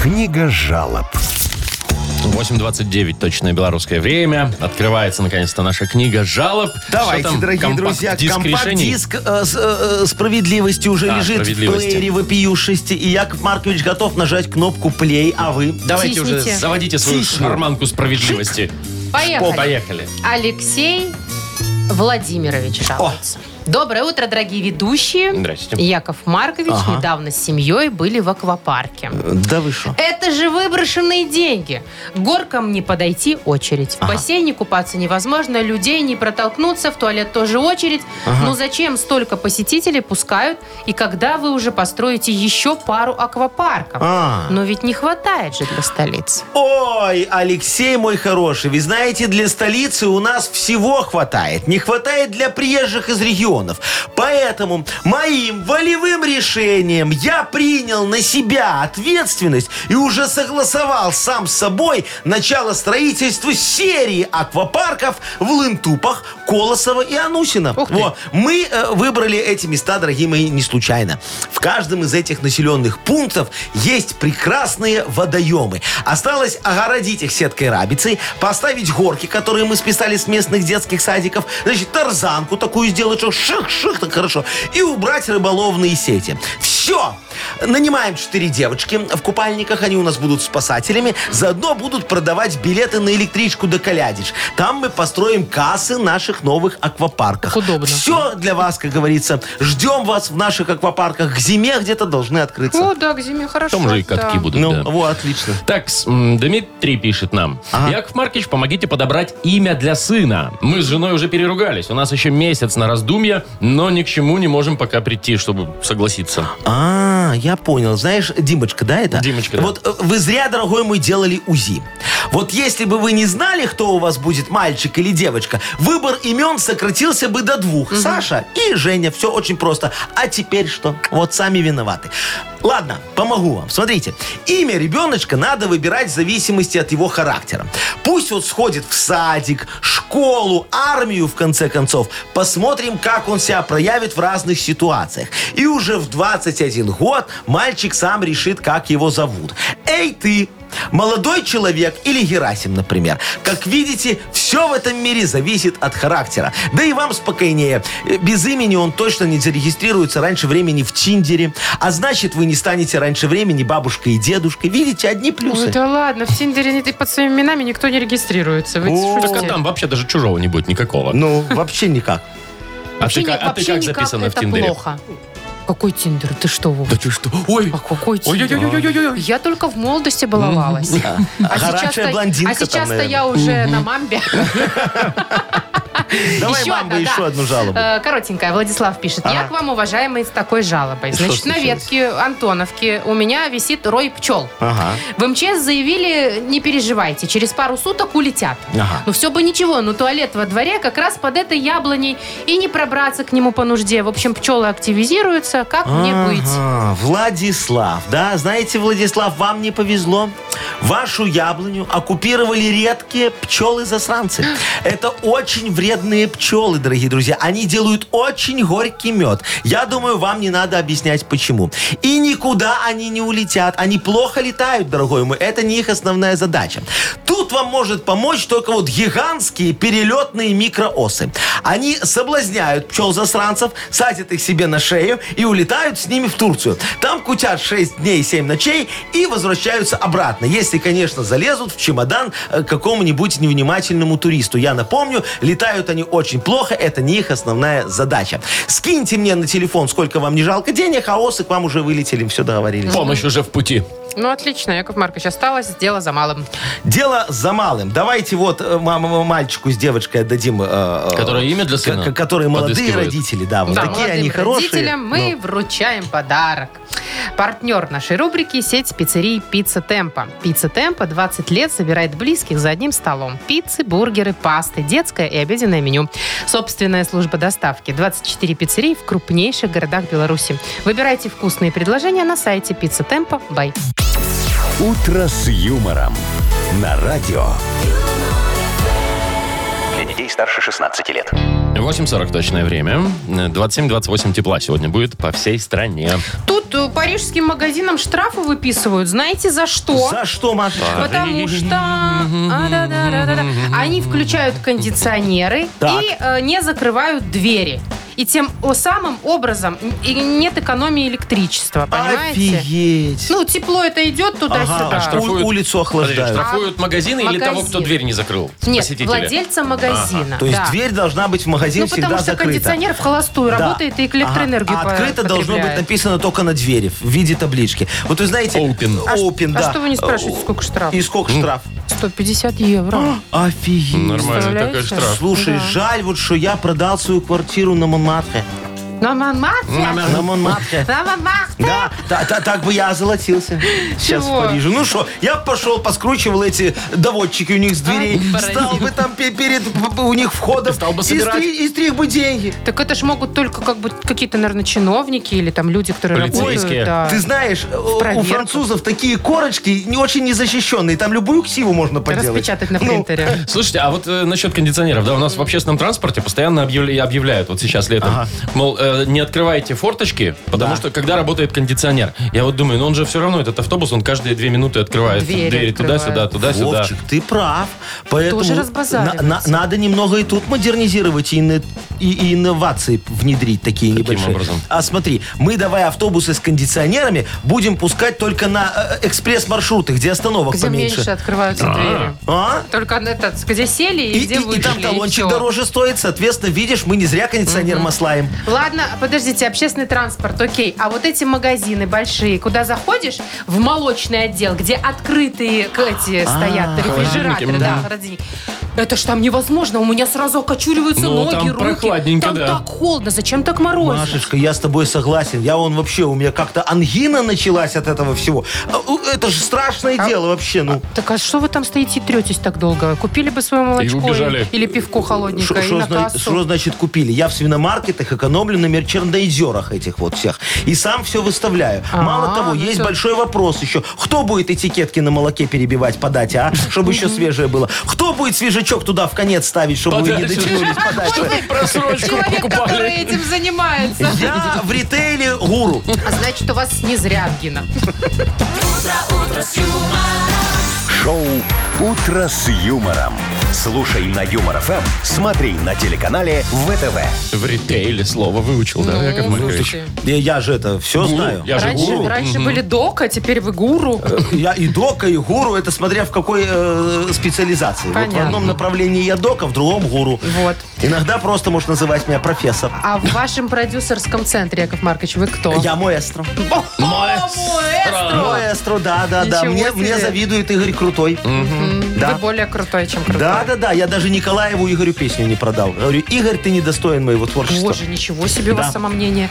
Speaker 5: Книга жалоб.
Speaker 2: 8.29, точное белорусское время. Открывается, наконец-то, наша книга жалоб. Что
Speaker 4: Давайте,
Speaker 2: там?
Speaker 4: дорогие
Speaker 2: Компакт-диск
Speaker 4: друзья,
Speaker 2: решений?
Speaker 4: компакт-диск э, с- э, э, справедливости уже
Speaker 2: А,
Speaker 4: лежит в
Speaker 2: справедливости.
Speaker 4: плеере вопиюшести, и Яков Маркович готов нажать кнопку плей, а вы?
Speaker 2: Давайте уже
Speaker 3: Тисните.
Speaker 2: заводите свою
Speaker 4: Тисни.
Speaker 2: шарманку справедливости.
Speaker 3: Поехали.
Speaker 2: Поехали.
Speaker 3: Алексей Владимирович жалуется. Доброе утро, дорогие ведущие.
Speaker 2: Здрасте.
Speaker 3: Яков Маркович
Speaker 4: Ага.
Speaker 3: недавно с семьей были в аквапарке.
Speaker 4: Да вы что?
Speaker 3: Это же выброшенные деньги. К горкам не подойти очередь. В бассейне купаться невозможно, людей не протолкнуться, в туалет тоже очередь. Ну зачем столько посетителей пускают? И когда вы уже построите еще пару аквапарков?
Speaker 4: А.
Speaker 3: Но ведь не хватает же для столиц.
Speaker 4: Ой, Алексей мой хороший, вы знаете, для столицы у нас всего хватает. Не хватает для приезжих из регионов. Поэтому моим волевым решением я принял на себя ответственность и уже согласовал сам с собой начало строительства серии аквапарков в Лынтупах, Колосово и Анусино.
Speaker 3: Ух ты.
Speaker 4: Во, мы э, выбрали эти места, дорогие мои, не случайно. В каждом из этих населенных пунктов есть прекрасные водоемы. Осталось огородить их сеткой рабицей, поставить горки, которые мы списали с местных детских садиков, значит, тарзанку такую сделать, что ших-ших, так хорошо, и убрать рыболовные сети. Все! Нанимаем четыре девочки в купальниках, они у нас будут спасателями, заодно будут продавать билеты на электричку до Калядич. Там мы построим кассы наших новых аквапарках.
Speaker 3: Как удобно.
Speaker 4: Все для вас, как говорится. Ждем вас в наших аквапарках. К зиме где-то должны открыться.
Speaker 3: О, да, к зиме хорошо.
Speaker 2: Там же и
Speaker 3: да.
Speaker 2: катки будут,
Speaker 4: ну,
Speaker 2: да.
Speaker 4: вот, отлично.
Speaker 2: Так, с- м, Дмитрий пишет нам. Яков Маркич, помогите подобрать имя для сына. Мы с женой уже переругались. У нас еще месяц на раздумья, но ни к чему не можем пока прийти, чтобы согласиться.
Speaker 4: А, А, я понял. Знаешь, Димочка, да, это?
Speaker 2: Димочка, да.
Speaker 4: Вот э, вы зря, дорогой мой, делали УЗИ. Вот если бы вы не знали, кто у вас будет, мальчик или девочка, выбор имен сократился бы до двух. Саша и Женя. Все очень просто. А теперь что? Вот сами виноваты. Ладно, помогу вам. Смотрите, имя ребеночка надо выбирать в зависимости от его характера. Пусть вот сходит в садик, школу, армию, в конце концов. Посмотрим, как он себя проявит в разных ситуациях. И уже в 21 год мальчик сам решит, как его зовут. Эй, ты! Молодой человек или Герасим, например. Как видите, все в этом мире зависит от характера. Да и вам спокойнее. Э, Без имени он точно не зарегистрируется раньше времени в Тиндере. А значит, вы не станете раньше времени бабушкой и дедушкой. Видите, одни плюсы.
Speaker 3: Ой, Ну да ладно, в Тиндере не- под своими именами никто не регистрируется. Вы
Speaker 2: Так а
Speaker 3: шутите?
Speaker 2: там вообще даже чужого не будет никакого.
Speaker 4: Ну, вообще никак.
Speaker 2: а, ты,
Speaker 3: Вообще
Speaker 2: как-
Speaker 3: ни-
Speaker 2: а ты
Speaker 3: вообще
Speaker 2: как
Speaker 3: никак
Speaker 2: записана в
Speaker 3: это
Speaker 2: Тиндере?
Speaker 3: плохо. Какой Тиндер? Ты что, Вова?
Speaker 2: Да ты что? Ой,
Speaker 3: А какой Тиндер?
Speaker 2: Ой-ой-ой-ой-ой.
Speaker 3: Я только в молодости баловалась. А
Speaker 4: Горячая
Speaker 3: сейчас-то-
Speaker 4: блондинка
Speaker 3: а
Speaker 4: там,
Speaker 3: сейчас-то
Speaker 4: наверное.
Speaker 3: я уже на мамбе.
Speaker 4: Давай,
Speaker 3: Еще
Speaker 4: мамба,
Speaker 3: одна, да.
Speaker 4: еще одну жалобу.
Speaker 3: Э, Коротенькая, Владислав пишет. Я к вам, уважаемый, с такой жалобой.
Speaker 4: Что
Speaker 3: Значит, на
Speaker 4: случилось?
Speaker 3: ветке Антоновки у меня висит рой пчел.
Speaker 4: Ага.
Speaker 3: В МЧС заявили, не переживайте, через пару суток улетят.
Speaker 4: Ага.
Speaker 3: Ну все бы ничего, но туалет во дворе как раз под этой яблоней, и не пробраться к нему по нужде. В общем, пчелы активизируются, как мне быть?
Speaker 4: Ага, Владислав, да, знаете, Владислав, вам не повезло. Вашу яблоню оккупировали редкие пчелы-засранцы. Это очень вредные пчелы, дорогие друзья. Они делают очень горький мед. Я думаю, вам не надо объяснять, почему. И никуда они не улетят. Они плохо летают, дорогой мой. Это не их основная задача. Тут вам может помочь только вот гигантские перелетные микроосы. Они соблазняют пчел-засранцев, садят их себе на шею и улетают с ними в Турцию. Там кутят 6 дней 7 ночей и возвращаются обратно. Если, конечно, залезут в чемодан э, к какому-нибудь невнимательному туристу. Я напомню, летают они очень плохо, это не их основная задача. Скиньте мне на телефон, сколько вам не жалко денег, а осы к вам уже вылетели, все договорились.
Speaker 2: Помощь уже в пути.
Speaker 3: Ну отлично, Яков Маркович, осталось дело за малым.
Speaker 4: Дело за малым. Давайте вот э, ма- ма- мальчику с девочкой отдадим... э, э,
Speaker 2: Которое имя для
Speaker 4: к-
Speaker 2: сына
Speaker 4: к- Которые молодые
Speaker 2: подыскивает.
Speaker 4: родители, да. Вот
Speaker 3: Да,
Speaker 4: такие
Speaker 3: молодым
Speaker 4: они хорошие. Ну.
Speaker 3: родителям мы вручаем подарок. Партнер нашей рубрики – сеть пиццерий «Пицца Темпа». «Пицца Темпа» 20 лет собирает близких за одним столом. Пиццы, бургеры, пасты, детское и обеденное меню. Собственная служба доставки. 24 пиццерии в крупнейших городах Беларуси. Выбирайте вкусные предложения на сайте «Пицца Темпа». Бай.
Speaker 5: «Утро с юмором» на радио.
Speaker 1: Для детей старше 16 лет.
Speaker 2: 8.40 точное время. 27-28 тепла сегодня будет по всей стране.
Speaker 3: Тут э, парижским магазинам штрафы выписывают. Знаете, за что?
Speaker 4: Ну, За что, Маша?
Speaker 3: Потому что а, да, да, да, да, да. они включают кондиционеры
Speaker 4: Так.
Speaker 3: и э, не закрывают двери. И тем о- самым образом н- и нет экономии электричества, понимаете?
Speaker 4: Офигеть.
Speaker 3: Ну, тепло это идет туда-сюда.
Speaker 4: Ага, а
Speaker 2: штраф- А штрафуют?
Speaker 4: у- улицу
Speaker 2: Подожди,
Speaker 4: охлаждают.
Speaker 2: штрафуют магазины или
Speaker 3: Магазин.
Speaker 2: того, кто дверь не закрыл?
Speaker 3: Нет,
Speaker 2: Посетителя.
Speaker 3: владельца магазина.
Speaker 4: То есть
Speaker 3: А, да.
Speaker 4: дверь должна быть в магазине
Speaker 3: Ну,
Speaker 4: всегда
Speaker 3: потому что
Speaker 4: закрыта.
Speaker 3: кондиционер в холостую
Speaker 4: Да.
Speaker 3: работает и к электроэнергию
Speaker 4: Ага. А открыто
Speaker 3: по-
Speaker 4: должно быть
Speaker 3: потребляет.
Speaker 4: написано только на двери в виде таблички. Вот вы знаете...
Speaker 2: Open.
Speaker 3: А ш-
Speaker 4: Open,
Speaker 3: а
Speaker 4: да.
Speaker 3: что вы не спрашиваете, сколько штраф?
Speaker 4: И ну, сколько штраф?
Speaker 3: 150 евро.
Speaker 4: Офигеть.
Speaker 2: Нормально, такой
Speaker 3: Представляете?
Speaker 2: штраф.
Speaker 4: Слушай,
Speaker 3: Да.
Speaker 4: жаль вот, что я продал свою квартиру на Монматхе.
Speaker 3: На Монмартре?
Speaker 4: На Монматхе.
Speaker 3: На Монмартре?
Speaker 4: Да, та- та- так бы я озолотился. Сейчас
Speaker 3: Чего?
Speaker 4: в Париже. Ну что, я пошел, поскручивал эти доводчики у них с дверей.
Speaker 3: Ай,
Speaker 4: стал бы там пе- перед п- п- у них входом.
Speaker 2: Стал бы
Speaker 4: и
Speaker 2: собирать.
Speaker 4: стри- И стриг бы деньги.
Speaker 3: Так это ж могут только как бы какие-то, наверное, чиновники или там люди, которые
Speaker 2: Полицейские.
Speaker 3: работают. да.
Speaker 4: Ты знаешь, э, у
Speaker 3: А, проверку.
Speaker 4: французов такие корочки не очень незащищенные. Там любую ксиву можно поделать.
Speaker 3: Распечатать на
Speaker 4: Ну,
Speaker 3: принтере.
Speaker 2: Слушайте, а вот э, насчет кондиционеров, да, у нас в общественном транспорте постоянно объявля- объявляют, вот сейчас летом, мол, э, не открывайте форточки, потому
Speaker 4: Да.
Speaker 2: что когда работает кондиционер, я вот думаю, ну он же все равно, этот автобус, он каждые две минуты открывает
Speaker 3: Двери
Speaker 2: двери,
Speaker 3: открывает.
Speaker 2: туда-сюда, туда-сюда.
Speaker 4: Вовчик, ты прав. Поэтому
Speaker 3: Тоже разбазаривается.
Speaker 4: на- на- надо немного и тут модернизировать и, ино- и- и инновации внедрить такие
Speaker 2: Каким
Speaker 4: небольшие.
Speaker 2: образом?
Speaker 4: А смотри, мы давай автобусы с кондиционерами будем пускать только на э, экспресс-маршруты, где остановок
Speaker 3: Где
Speaker 4: поменьше.
Speaker 3: меньше открываются двери.
Speaker 4: А?
Speaker 3: Только на этот, где сели и,
Speaker 4: И,
Speaker 3: где
Speaker 4: и- и
Speaker 3: вышли.
Speaker 4: там
Speaker 3: и
Speaker 4: талончик
Speaker 3: всё.
Speaker 4: дороже стоит, соответственно, видишь, мы не зря кондиционер маслаем.
Speaker 3: Ладно, подождите, общественный транспорт, окей. А вот эти магазины большие, куда заходишь, в молочный отдел, где открытые к- эти стоят
Speaker 4: А,
Speaker 2: холодильники,
Speaker 3: рефрижераторы, да,
Speaker 2: мгм.
Speaker 3: холодильники. Это ж там невозможно, у меня сразу окочуриваются
Speaker 2: Ну,
Speaker 3: ноги,
Speaker 2: там
Speaker 3: руки.
Speaker 2: прохладненько,
Speaker 3: там
Speaker 2: да.
Speaker 3: так холодно, зачем так морозно?
Speaker 4: Машечка, я с тобой согласен. Я он вообще, у меня как-то ангина началась от этого всего. А, у, Это же страшное
Speaker 3: А
Speaker 4: дело вообще. Ну,
Speaker 3: Так а что вы там стоите и третесь так долго? Купили бы свое молочко
Speaker 2: убежали.
Speaker 3: или пивко холодненькое и на кассу.
Speaker 4: что значит купили? Я в свиномаркетах экономлю на мерчендайзерах этих вот всех. И сам все выставляю.
Speaker 3: А,
Speaker 4: Мало того,
Speaker 3: ну
Speaker 4: есть
Speaker 3: всё.
Speaker 4: большой вопрос еще. Кто будет этикетки на молоке перебивать по дате, а? Чтобы еще свежее было. Кто будет свежачок туда в конец ставить, чтобы вы не
Speaker 2: Подача.
Speaker 4: дотянулись подачу?
Speaker 3: Ой, вы
Speaker 2: Просрочку
Speaker 3: Человек, который
Speaker 2: покупали.
Speaker 3: этим занимается.
Speaker 4: Я в ритейле гуру.
Speaker 3: А значит, у вас не зря, Гина.
Speaker 5: Шоу «Утро с юмором». Слушай на Юмор ФМ, смотри на телеканале ВТВ.
Speaker 2: В ритейле слово выучил, да, Яков Маркович?
Speaker 3: слушайте.
Speaker 4: Я- Я же это все
Speaker 2: Гуру.
Speaker 4: знаю. Э,
Speaker 2: Я же
Speaker 3: Раньше,
Speaker 2: гуру.
Speaker 3: раньше были док, а теперь вы гуру.
Speaker 4: Я и дока, и гуру, это смотря в какой э, специализации. Вот в
Speaker 3: Понятно.
Speaker 4: одном направлении я дока, в другом гуру.
Speaker 3: Вот.
Speaker 4: Иногда просто можешь называть меня профессор.
Speaker 3: А в вашем продюсерском центре, Яков Маркович, вы кто?
Speaker 4: Я маэстро.
Speaker 3: О,
Speaker 2: Маэстро.
Speaker 4: Маэстро, да, да, да.
Speaker 3: Ничего
Speaker 4: Мне,
Speaker 3: себе.
Speaker 4: мне завидует Игорь Крутой.
Speaker 3: Вы
Speaker 4: Да.
Speaker 3: более крутой, чем крутой.
Speaker 4: Да, да, да. Я даже Николаеву Игорю песню не продал. Говорю, Игорь, ты недостоин моего творчества.
Speaker 3: Боже, ничего себе у
Speaker 4: Да.
Speaker 3: вас самомнение.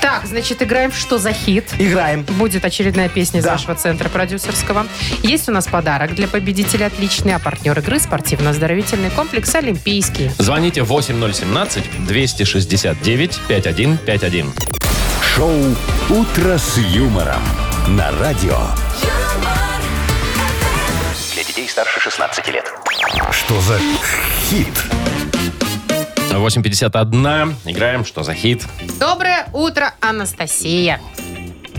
Speaker 3: Так, значит, играем в «Что за хит?»
Speaker 4: Играем.
Speaker 3: Будет очередная песня из
Speaker 4: Да.
Speaker 3: нашего центра продюсерского. Есть у нас подарок для победителя отличный, а партнер игры спортивно-оздоровительный комплекс «Олимпийский».
Speaker 2: Звоните 8017-269-5151.
Speaker 5: Шоу «Утро с юмором» на радио.
Speaker 7: юмор,
Speaker 1: Для детей старше 16 лет.
Speaker 5: Что за хит?
Speaker 2: 8.51. Играем. Что за хит?
Speaker 3: Доброе утро, Анастасия.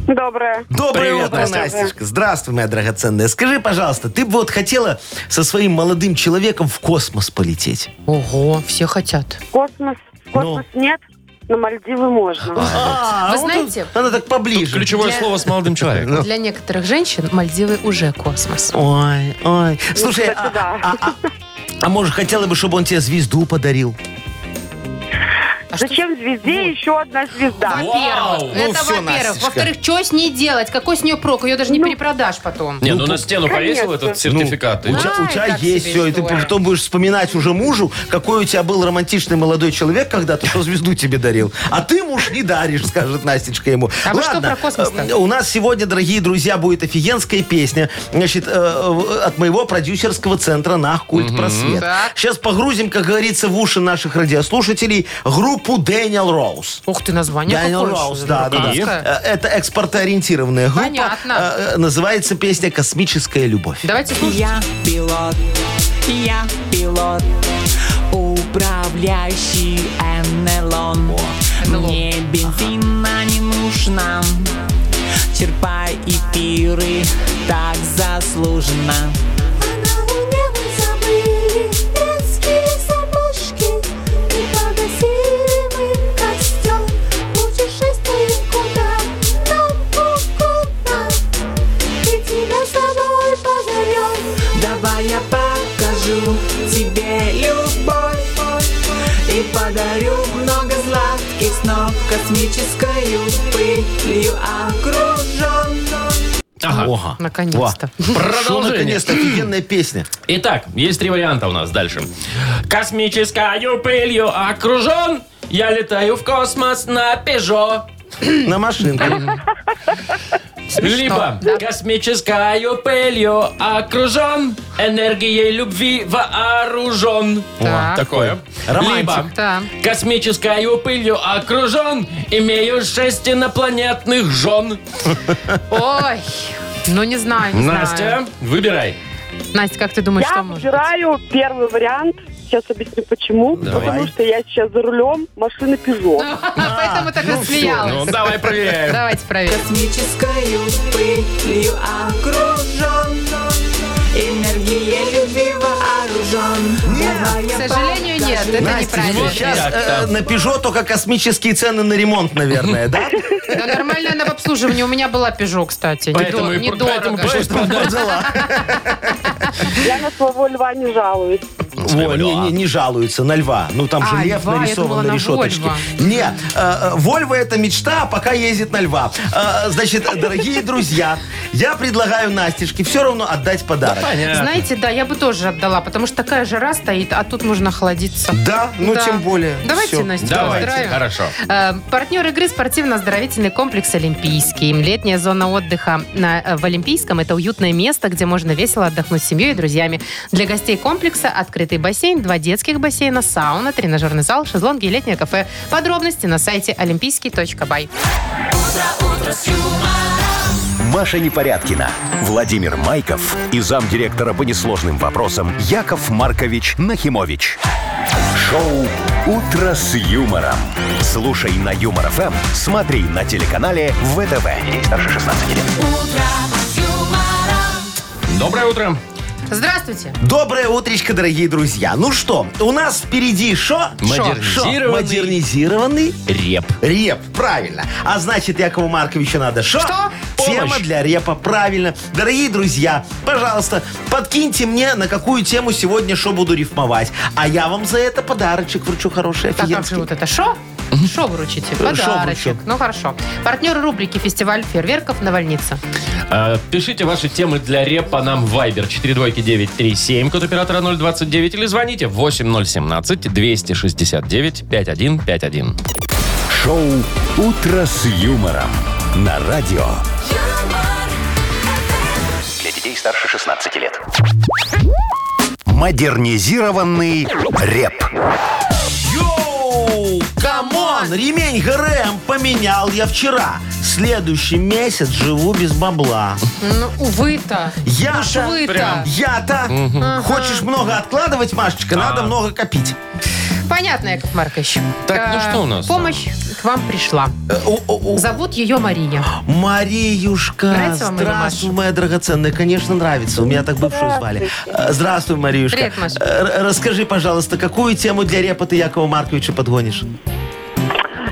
Speaker 8: Доброе.
Speaker 4: Доброе
Speaker 2: Привет,
Speaker 4: утро,
Speaker 2: Настя.
Speaker 4: Настечка. Здравствуй, моя драгоценная. Скажи, пожалуйста, ты бы вот хотела со своим молодым человеком в космос полететь?
Speaker 3: Ого, все хотят.
Speaker 8: Космос. Космос нет, на Мальдивы можно.
Speaker 4: А,
Speaker 3: Вы
Speaker 4: вот
Speaker 3: знаете-
Speaker 4: тут Надо так поближе.
Speaker 2: Ключевое
Speaker 3: Для-
Speaker 2: слово с молодым человеком.
Speaker 3: Для некоторых женщин Мальдивы уже космос.
Speaker 4: Ой, ой. Слушай,
Speaker 8: кстати,
Speaker 4: а,
Speaker 8: да.
Speaker 4: а- а- а может, хотела бы, чтобы он тебе звезду подарил?
Speaker 3: А что-
Speaker 8: Зачем звезде еще одна звезда?
Speaker 2: Вау!
Speaker 3: Во-первых,
Speaker 4: Ну
Speaker 3: это
Speaker 4: всё,
Speaker 3: во-первых.
Speaker 4: Настечка.
Speaker 3: Во-вторых, что с ней делать? Какой с нее прок? Ее даже не перепродашь потом.
Speaker 2: Не, ну на стену повесил
Speaker 8: конечно.
Speaker 2: этот сертификат. и
Speaker 4: У
Speaker 3: Ну,
Speaker 4: тебя, у тебя
Speaker 3: так
Speaker 4: есть
Speaker 3: себе
Speaker 4: все, и ты
Speaker 3: история.
Speaker 4: потом будешь вспоминать уже мужу, какой у тебя был романтичный молодой человек когда-то, что звезду тебе дарил. А ты, муж, не даришь, скажет Настечка ему.
Speaker 3: А вы что про космос-то?
Speaker 4: э, У нас сегодня, дорогие друзья, будет офигенская песня значит, э, э, от моего продюсерского центра «Нах Культ Просвет».
Speaker 3: Так.
Speaker 4: Сейчас погрузим, как говорится, в уши наших радиослушателей группу «Дэниел Роуз».
Speaker 3: Ух ты, название
Speaker 4: Daniel
Speaker 3: какое.
Speaker 4: Rose, да, да, да.
Speaker 3: Русское.
Speaker 4: Э, Это экспортоориентированная группа.
Speaker 3: Понятно.
Speaker 4: Э, э, Называется песня «Космическая любовь».
Speaker 3: Давайте слушать.
Speaker 9: Я пилот, я пилот, управляющий НЛО.
Speaker 3: НЛО.
Speaker 9: Мне бензина не нужна, черпай эфиры, так заслуженно.
Speaker 7: а на луне мы забыли детские сапожки И погасили мы костер Путешествуем куда нам угодно И тебя с собой позовем
Speaker 9: Давай я покажу тебе любовь И подарю много сладких снов Космическою пылью окружен
Speaker 2: Ага.
Speaker 4: Ага.
Speaker 3: Наконец-то.
Speaker 4: Во. Шо,
Speaker 2: Продолжение.
Speaker 4: наконец-то, офигенная песня.
Speaker 2: Итак, есть три варианта у нас дальше. Космическою пылью окружен, я летаю в космос на Пежо.
Speaker 4: На машинке.
Speaker 2: Либо космическою пылью окружен, энергией любви вооружен.
Speaker 3: Так.
Speaker 2: такое.
Speaker 4: Романтик.
Speaker 2: Либо
Speaker 3: Да.
Speaker 2: космическою пылью окружен, имею шесть инопланетных жен.
Speaker 3: Ой, ну не знаю, не
Speaker 2: Настя,
Speaker 3: знаю.
Speaker 2: выбирай.
Speaker 3: Настя, как ты думаешь,
Speaker 8: Я
Speaker 3: ну, что может быть?
Speaker 8: выбираю первый вариант. Сейчас объясню почему.
Speaker 4: Давай.
Speaker 8: Потому что я сейчас за рулем машины Пежо.
Speaker 3: Поэтому так
Speaker 4: ну
Speaker 2: Ну,
Speaker 3: рассмеялась.
Speaker 2: давай проверяем.
Speaker 3: Давайте проверим.
Speaker 9: Космическою пылью окружен Энергией любви вооружен Давай
Speaker 3: К
Speaker 9: я
Speaker 3: сожалению, нет, это
Speaker 4: Настя, ну
Speaker 3: неправильно.
Speaker 4: сейчас
Speaker 2: Так-то.
Speaker 4: э, на Пежо только космические цены на ремонт, наверное, да?
Speaker 3: Да нормально она в обслуживании. У меня была Peugeot, кстати.
Speaker 2: Поэтому,
Speaker 3: Недо-
Speaker 2: и- поэтому
Speaker 3: Недорого.
Speaker 2: пришлось продать.
Speaker 8: Я на своего льва не жалуюсь.
Speaker 4: Во, не, не- не жалуются на льва. Ну там же
Speaker 3: А,
Speaker 4: лев
Speaker 3: льва, я думала,
Speaker 4: нарисован
Speaker 3: на
Speaker 4: на решеточке.
Speaker 3: Вольво.
Speaker 4: Не, э, э, Вольво это мечта, а пока ездит на льва. Э, Значит, дорогие друзья, я предлагаю Настежке все равно отдать подарок.
Speaker 2: Понятно.
Speaker 3: Знаете, да, я бы тоже отдала, потому что такая жара стоит, а тут можно охладиться.
Speaker 4: Да, ну
Speaker 3: Да.
Speaker 4: тем более.
Speaker 3: Давайте,
Speaker 4: Всё.
Speaker 3: Настя,
Speaker 2: Давайте,
Speaker 3: поздравим.
Speaker 2: хорошо.
Speaker 3: Э, Партнер игры спортивно-оздоровительный комплекс «Олимпийский». Летняя зона отдыха на, э, в Олимпийском – это уютное место, где можно весело отдохнуть с семьей и друзьями. Для гостей комплекса открытый бассейн, два детских бассейна, сауна, тренажерный зал, шезлонги и летнее кафе. Подробности на сайте олимпийский.бай.
Speaker 5: Маша Непорядкина, Владимир Майков и замдиректора по несложным вопросам Яков Маркович Нахимович. Шоу «Утро с юмором». Слушай на Юмор ФМ, смотри на телеканале ВТВ. Ей старше 16 лет.
Speaker 2: Доброе утро.
Speaker 3: Здравствуйте.
Speaker 4: Доброе утречко, дорогие друзья. Ну что, у нас впереди шо?
Speaker 2: Модернизированный.
Speaker 4: Шо? Модернизированный
Speaker 2: Реп.
Speaker 4: реп. Правильно. А значит, Якову Марковичу надо шо?
Speaker 3: Что?
Speaker 4: Тема
Speaker 2: Помощь.
Speaker 4: для репа. Правильно. Дорогие друзья, пожалуйста, подкиньте мне, на какую тему сегодня шо буду рифмовать. А я вам за это подарочек вручу хороший,
Speaker 3: Так, как же
Speaker 4: офигенский.
Speaker 3: вот это шо? Шо
Speaker 2: Э,
Speaker 3: вручите?
Speaker 4: вручу.
Speaker 3: Подарочек. Ну хорошо. Партнер рубрики «Фестиваль фейерверков» Навальница.
Speaker 2: Э, Пишите ваши темы для репа нам в Viber 42937, код оператора 029, или звоните 8017-269-5151.
Speaker 5: Шоу «Утро с юмором» на радио.
Speaker 1: Для детей старше 16 лет.
Speaker 5: Модернизированный реп.
Speaker 4: Йоу! Камон! Ремень ГРМ поменял я вчера. Следующий месяц живу без бабла.
Speaker 3: Ну, увы-то.
Speaker 4: Я
Speaker 3: Уж
Speaker 4: та-
Speaker 3: вы-то.
Speaker 4: прям, Я-то. Хочешь много откладывать, Машечка, надо много копить.
Speaker 3: Понятно, Яков Маркович.
Speaker 2: Так, ну
Speaker 3: Э,
Speaker 2: что у нас там?
Speaker 3: Помощь к вам пришла.
Speaker 4: Э, о- о- о.
Speaker 3: Зовут ее Мария.
Speaker 4: Мариюшка,
Speaker 3: Нравится вам его,
Speaker 4: здравствуй, моя драгоценная. Конечно, нравится. У меня так бывшую звали. Э, Здравствуй, Мариюшка.
Speaker 3: Привет, Маш.
Speaker 4: Э, р- Расскажи, пожалуйста, какую тему для репа ты Якова Марковича подгонишь?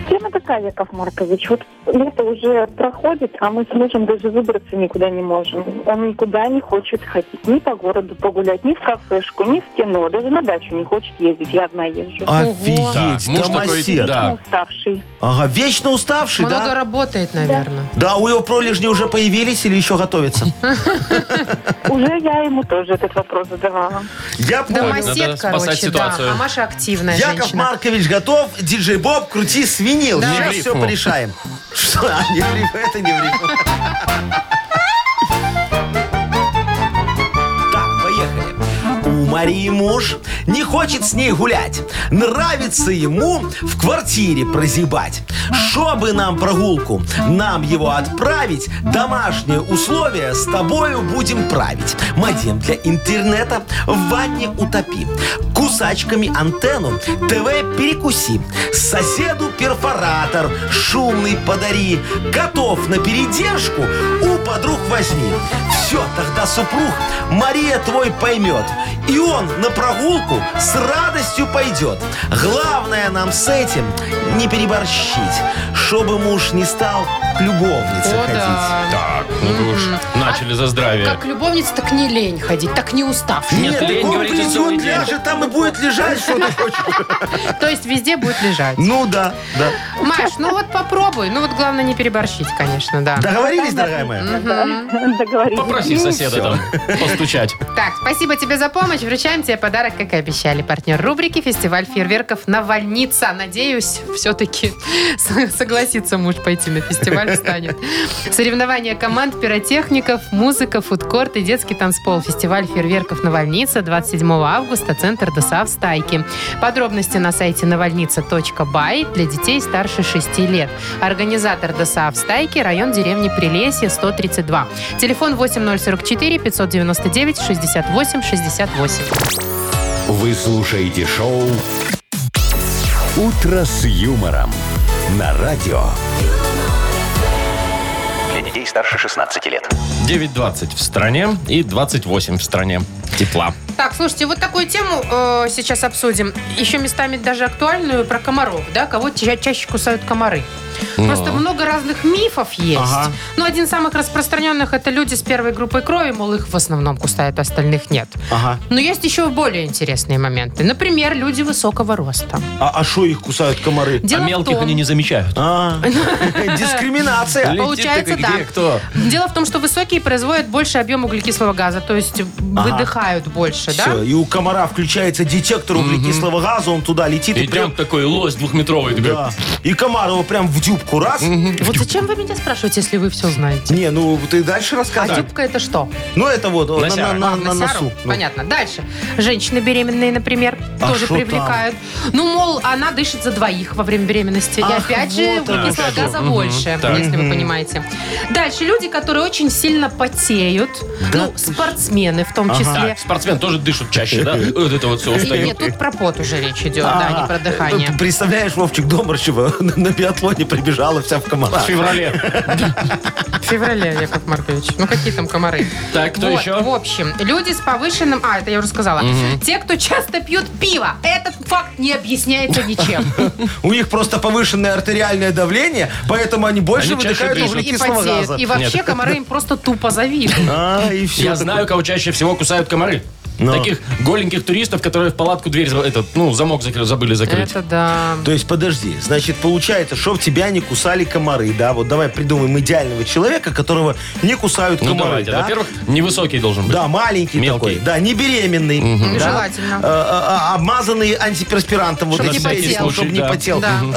Speaker 8: Тема такая, Яков Маркович. Вот лето уже проходит, а мы с мужем даже выбраться никуда не можем. Он никуда не хочет ходить. Ни по городу погулять, ни в кафешку, ни в кино. Даже на дачу не хочет ездить. Я одна езжу.
Speaker 2: Так,
Speaker 4: Офигеть,
Speaker 2: муж такой,
Speaker 4: домосед.
Speaker 8: Он
Speaker 2: да.
Speaker 8: Уставший.
Speaker 4: Ага, вечно уставший,
Speaker 3: Много
Speaker 4: да?
Speaker 3: работает, наверное.
Speaker 4: Да, у его пролежни уже появились или еще готовятся?
Speaker 8: Уже я ему тоже этот вопрос задавала.
Speaker 4: Я понял.
Speaker 3: Домосед,
Speaker 2: надо спасать
Speaker 3: короче,
Speaker 2: ситуацию.
Speaker 3: да. А Маша активная
Speaker 4: Яков
Speaker 3: женщина.
Speaker 4: Маркович готов, диджей Боб, крути свинил.
Speaker 2: Да.
Speaker 4: Сейчас
Speaker 2: Не в
Speaker 4: все
Speaker 2: рифму.
Speaker 4: порешаем. Что? А, не в рифму, это не в рифму. Так, поехали. У Марии муж не хочет с ней гулять. Нравится ему в квартире прозябать. Чтобы нам прогулку, нам его отправить, домашние условия с тобою будем править. Модем для интернета в ванне утопи. Кусачками антенну ТВ перекуси. Соседу перфоратор шумный подари. Готов на передержку у подруг возьми. Все, тогда супруг Мария твой поймет. И он на прогулку с радостью пойдет. Главное нам с этим не переборщить, чтобы муж не стал к любовнице
Speaker 3: О,
Speaker 4: ходить.
Speaker 3: да.
Speaker 2: Так, ну вы уж начали за здравие.
Speaker 3: А Как любовница, так не лень ходить, так не устав.
Speaker 2: Нет,
Speaker 4: так
Speaker 2: лень,
Speaker 4: он,
Speaker 2: говорите,
Speaker 4: блин,
Speaker 2: целый
Speaker 4: он
Speaker 2: день.
Speaker 4: ляжет, там и будет лежать, что ты хочешь.
Speaker 3: То есть везде будет лежать.
Speaker 4: Ну да, да.
Speaker 3: Маш, ну вот попробуй. Ну вот главное не переборщить, конечно, да.
Speaker 4: Договорились, дорогая моя?
Speaker 8: Договорились.
Speaker 2: Попроси соседа там постучать.
Speaker 3: Так, спасибо тебе за помощь. Вручаем тебе подарок, как и обещали. Партнер рубрики «Фестиваль фейерверков Навальница». Надеюсь, все-таки согласится муж пойти на фестиваль, встанет. Соревнования команд, пиротехников, музыка, фудкорт и детский танцпол. Фестиваль фейерверков Навальница 27 августа, центр ДОСАВ «Стайки». Подробности на сайте навальница.бай для детей старше 6 лет. Организатор ДОСАВ «Стайки», район деревни Прилесье, 132. Телефон 8044 599 68 68.
Speaker 5: Вы слушаете шоу «Утро с юмором» на радио.
Speaker 1: Для детей старше 16 лет.
Speaker 2: 9.20 в стране и 28 в стране. Тепла. А
Speaker 3: Так, слушайте, вот такую тему э, сейчас обсудим. Еще местами даже актуальную про комаров, да? Кого ча- чаще кусают комары. Просто много разных мифов есть. Но один из самых распространенных это люди с первой группой крови, мол, их в основном кусают, а остальных нет.
Speaker 4: Ага.
Speaker 3: Но есть еще более интересные моменты. Например, люди высокого роста.
Speaker 4: А что их кусают комары?
Speaker 3: Дело
Speaker 2: а
Speaker 3: в
Speaker 2: мелких
Speaker 3: том- а
Speaker 2: они не замечают.
Speaker 4: А, Дискриминация.
Speaker 2: Летит
Speaker 3: Получается
Speaker 2: такой, где
Speaker 3: так.
Speaker 2: кто?
Speaker 3: Дело в том, что высокие производят больше объем углекислого газа, то есть выдыхают больше,
Speaker 4: Все,
Speaker 3: да?
Speaker 4: и у комара включается детектор углекислого газа, он туда летит и
Speaker 2: И там
Speaker 4: прям...
Speaker 2: такой лось двухметровый. такой.
Speaker 4: Да. И комар его прям в дюбку раз.
Speaker 3: Вот зачем вы меня спрашиваете, если вы все знаете?
Speaker 4: Не, ну ты дальше
Speaker 3: А
Speaker 4: рассказывай.
Speaker 3: дюбка это что?
Speaker 4: Ну это вот на-
Speaker 2: Носяра.
Speaker 4: на
Speaker 3: А,
Speaker 4: на- на
Speaker 3: носяру?
Speaker 4: носу. Ну.
Speaker 3: Понятно. Дальше. Женщины беременные, например,
Speaker 4: А
Speaker 3: тоже
Speaker 4: шо там?
Speaker 3: привлекают. Ну, мол, она дышит за двоих во время беременности. И
Speaker 4: Ах,
Speaker 3: опять же,
Speaker 4: вот оно
Speaker 3: углекислого
Speaker 4: что.
Speaker 3: газа
Speaker 2: Мгм.
Speaker 3: больше,
Speaker 2: Так.
Speaker 3: если вы понимаете. Дальше люди, которые очень сильно потеют. Ну, спортсмены в том числе.
Speaker 2: Так, спортсмен тоже дышит чаще, да? Вот это вот все
Speaker 3: И- Нет,
Speaker 2: устает.
Speaker 3: тут про пот уже речь идет, да, не про дыхание.
Speaker 4: П- Представляешь, Вовчик Доморщева на, на биатлоне прибежала вся в комара.
Speaker 2: В феврале.
Speaker 3: В феврале, Яков Маркович. Ну, какие там комары?
Speaker 2: Так, кто
Speaker 3: Вот,
Speaker 2: еще?
Speaker 3: В общем, люди с повышенным... А, это я уже сказала. Те, кто часто пьют пиво. Этот факт не объясняется ничем.
Speaker 4: У них просто повышенное артериальное давление, поэтому они больше
Speaker 2: Они чаще
Speaker 4: выдыхают
Speaker 2: дышат.
Speaker 3: И
Speaker 4: углекислого
Speaker 3: потеют.
Speaker 4: газа.
Speaker 3: И вообще комары им просто тупо завидуют.
Speaker 4: А, и все.
Speaker 2: Я знаю, кого чаще всего кусают комары.
Speaker 4: Ну.
Speaker 2: Таких голеньких туристов, которые в палатку дверь, за- этот, ну, замок закры- забыли закрыть.
Speaker 3: Это да.
Speaker 4: То есть, подожди, значит, получается, чтоб тебя не кусали комары, да? Вот давай придумаем идеального человека, которого не кусают
Speaker 2: Ну,
Speaker 4: комары,
Speaker 2: давайте.
Speaker 4: да?
Speaker 2: Во-первых, невысокий должен быть.
Speaker 4: Да, маленький
Speaker 2: Мелкий.
Speaker 4: такой. Да, не беременный. да,
Speaker 3: Желательно.
Speaker 4: э, э, э, обмазанный антиперспирантом.
Speaker 3: Чтоб
Speaker 4: вот
Speaker 3: не
Speaker 4: этим
Speaker 3: потел.
Speaker 4: пейсом, чтоб
Speaker 2: Случай,
Speaker 4: не
Speaker 2: да.
Speaker 4: потел.
Speaker 3: Да.
Speaker 4: Э,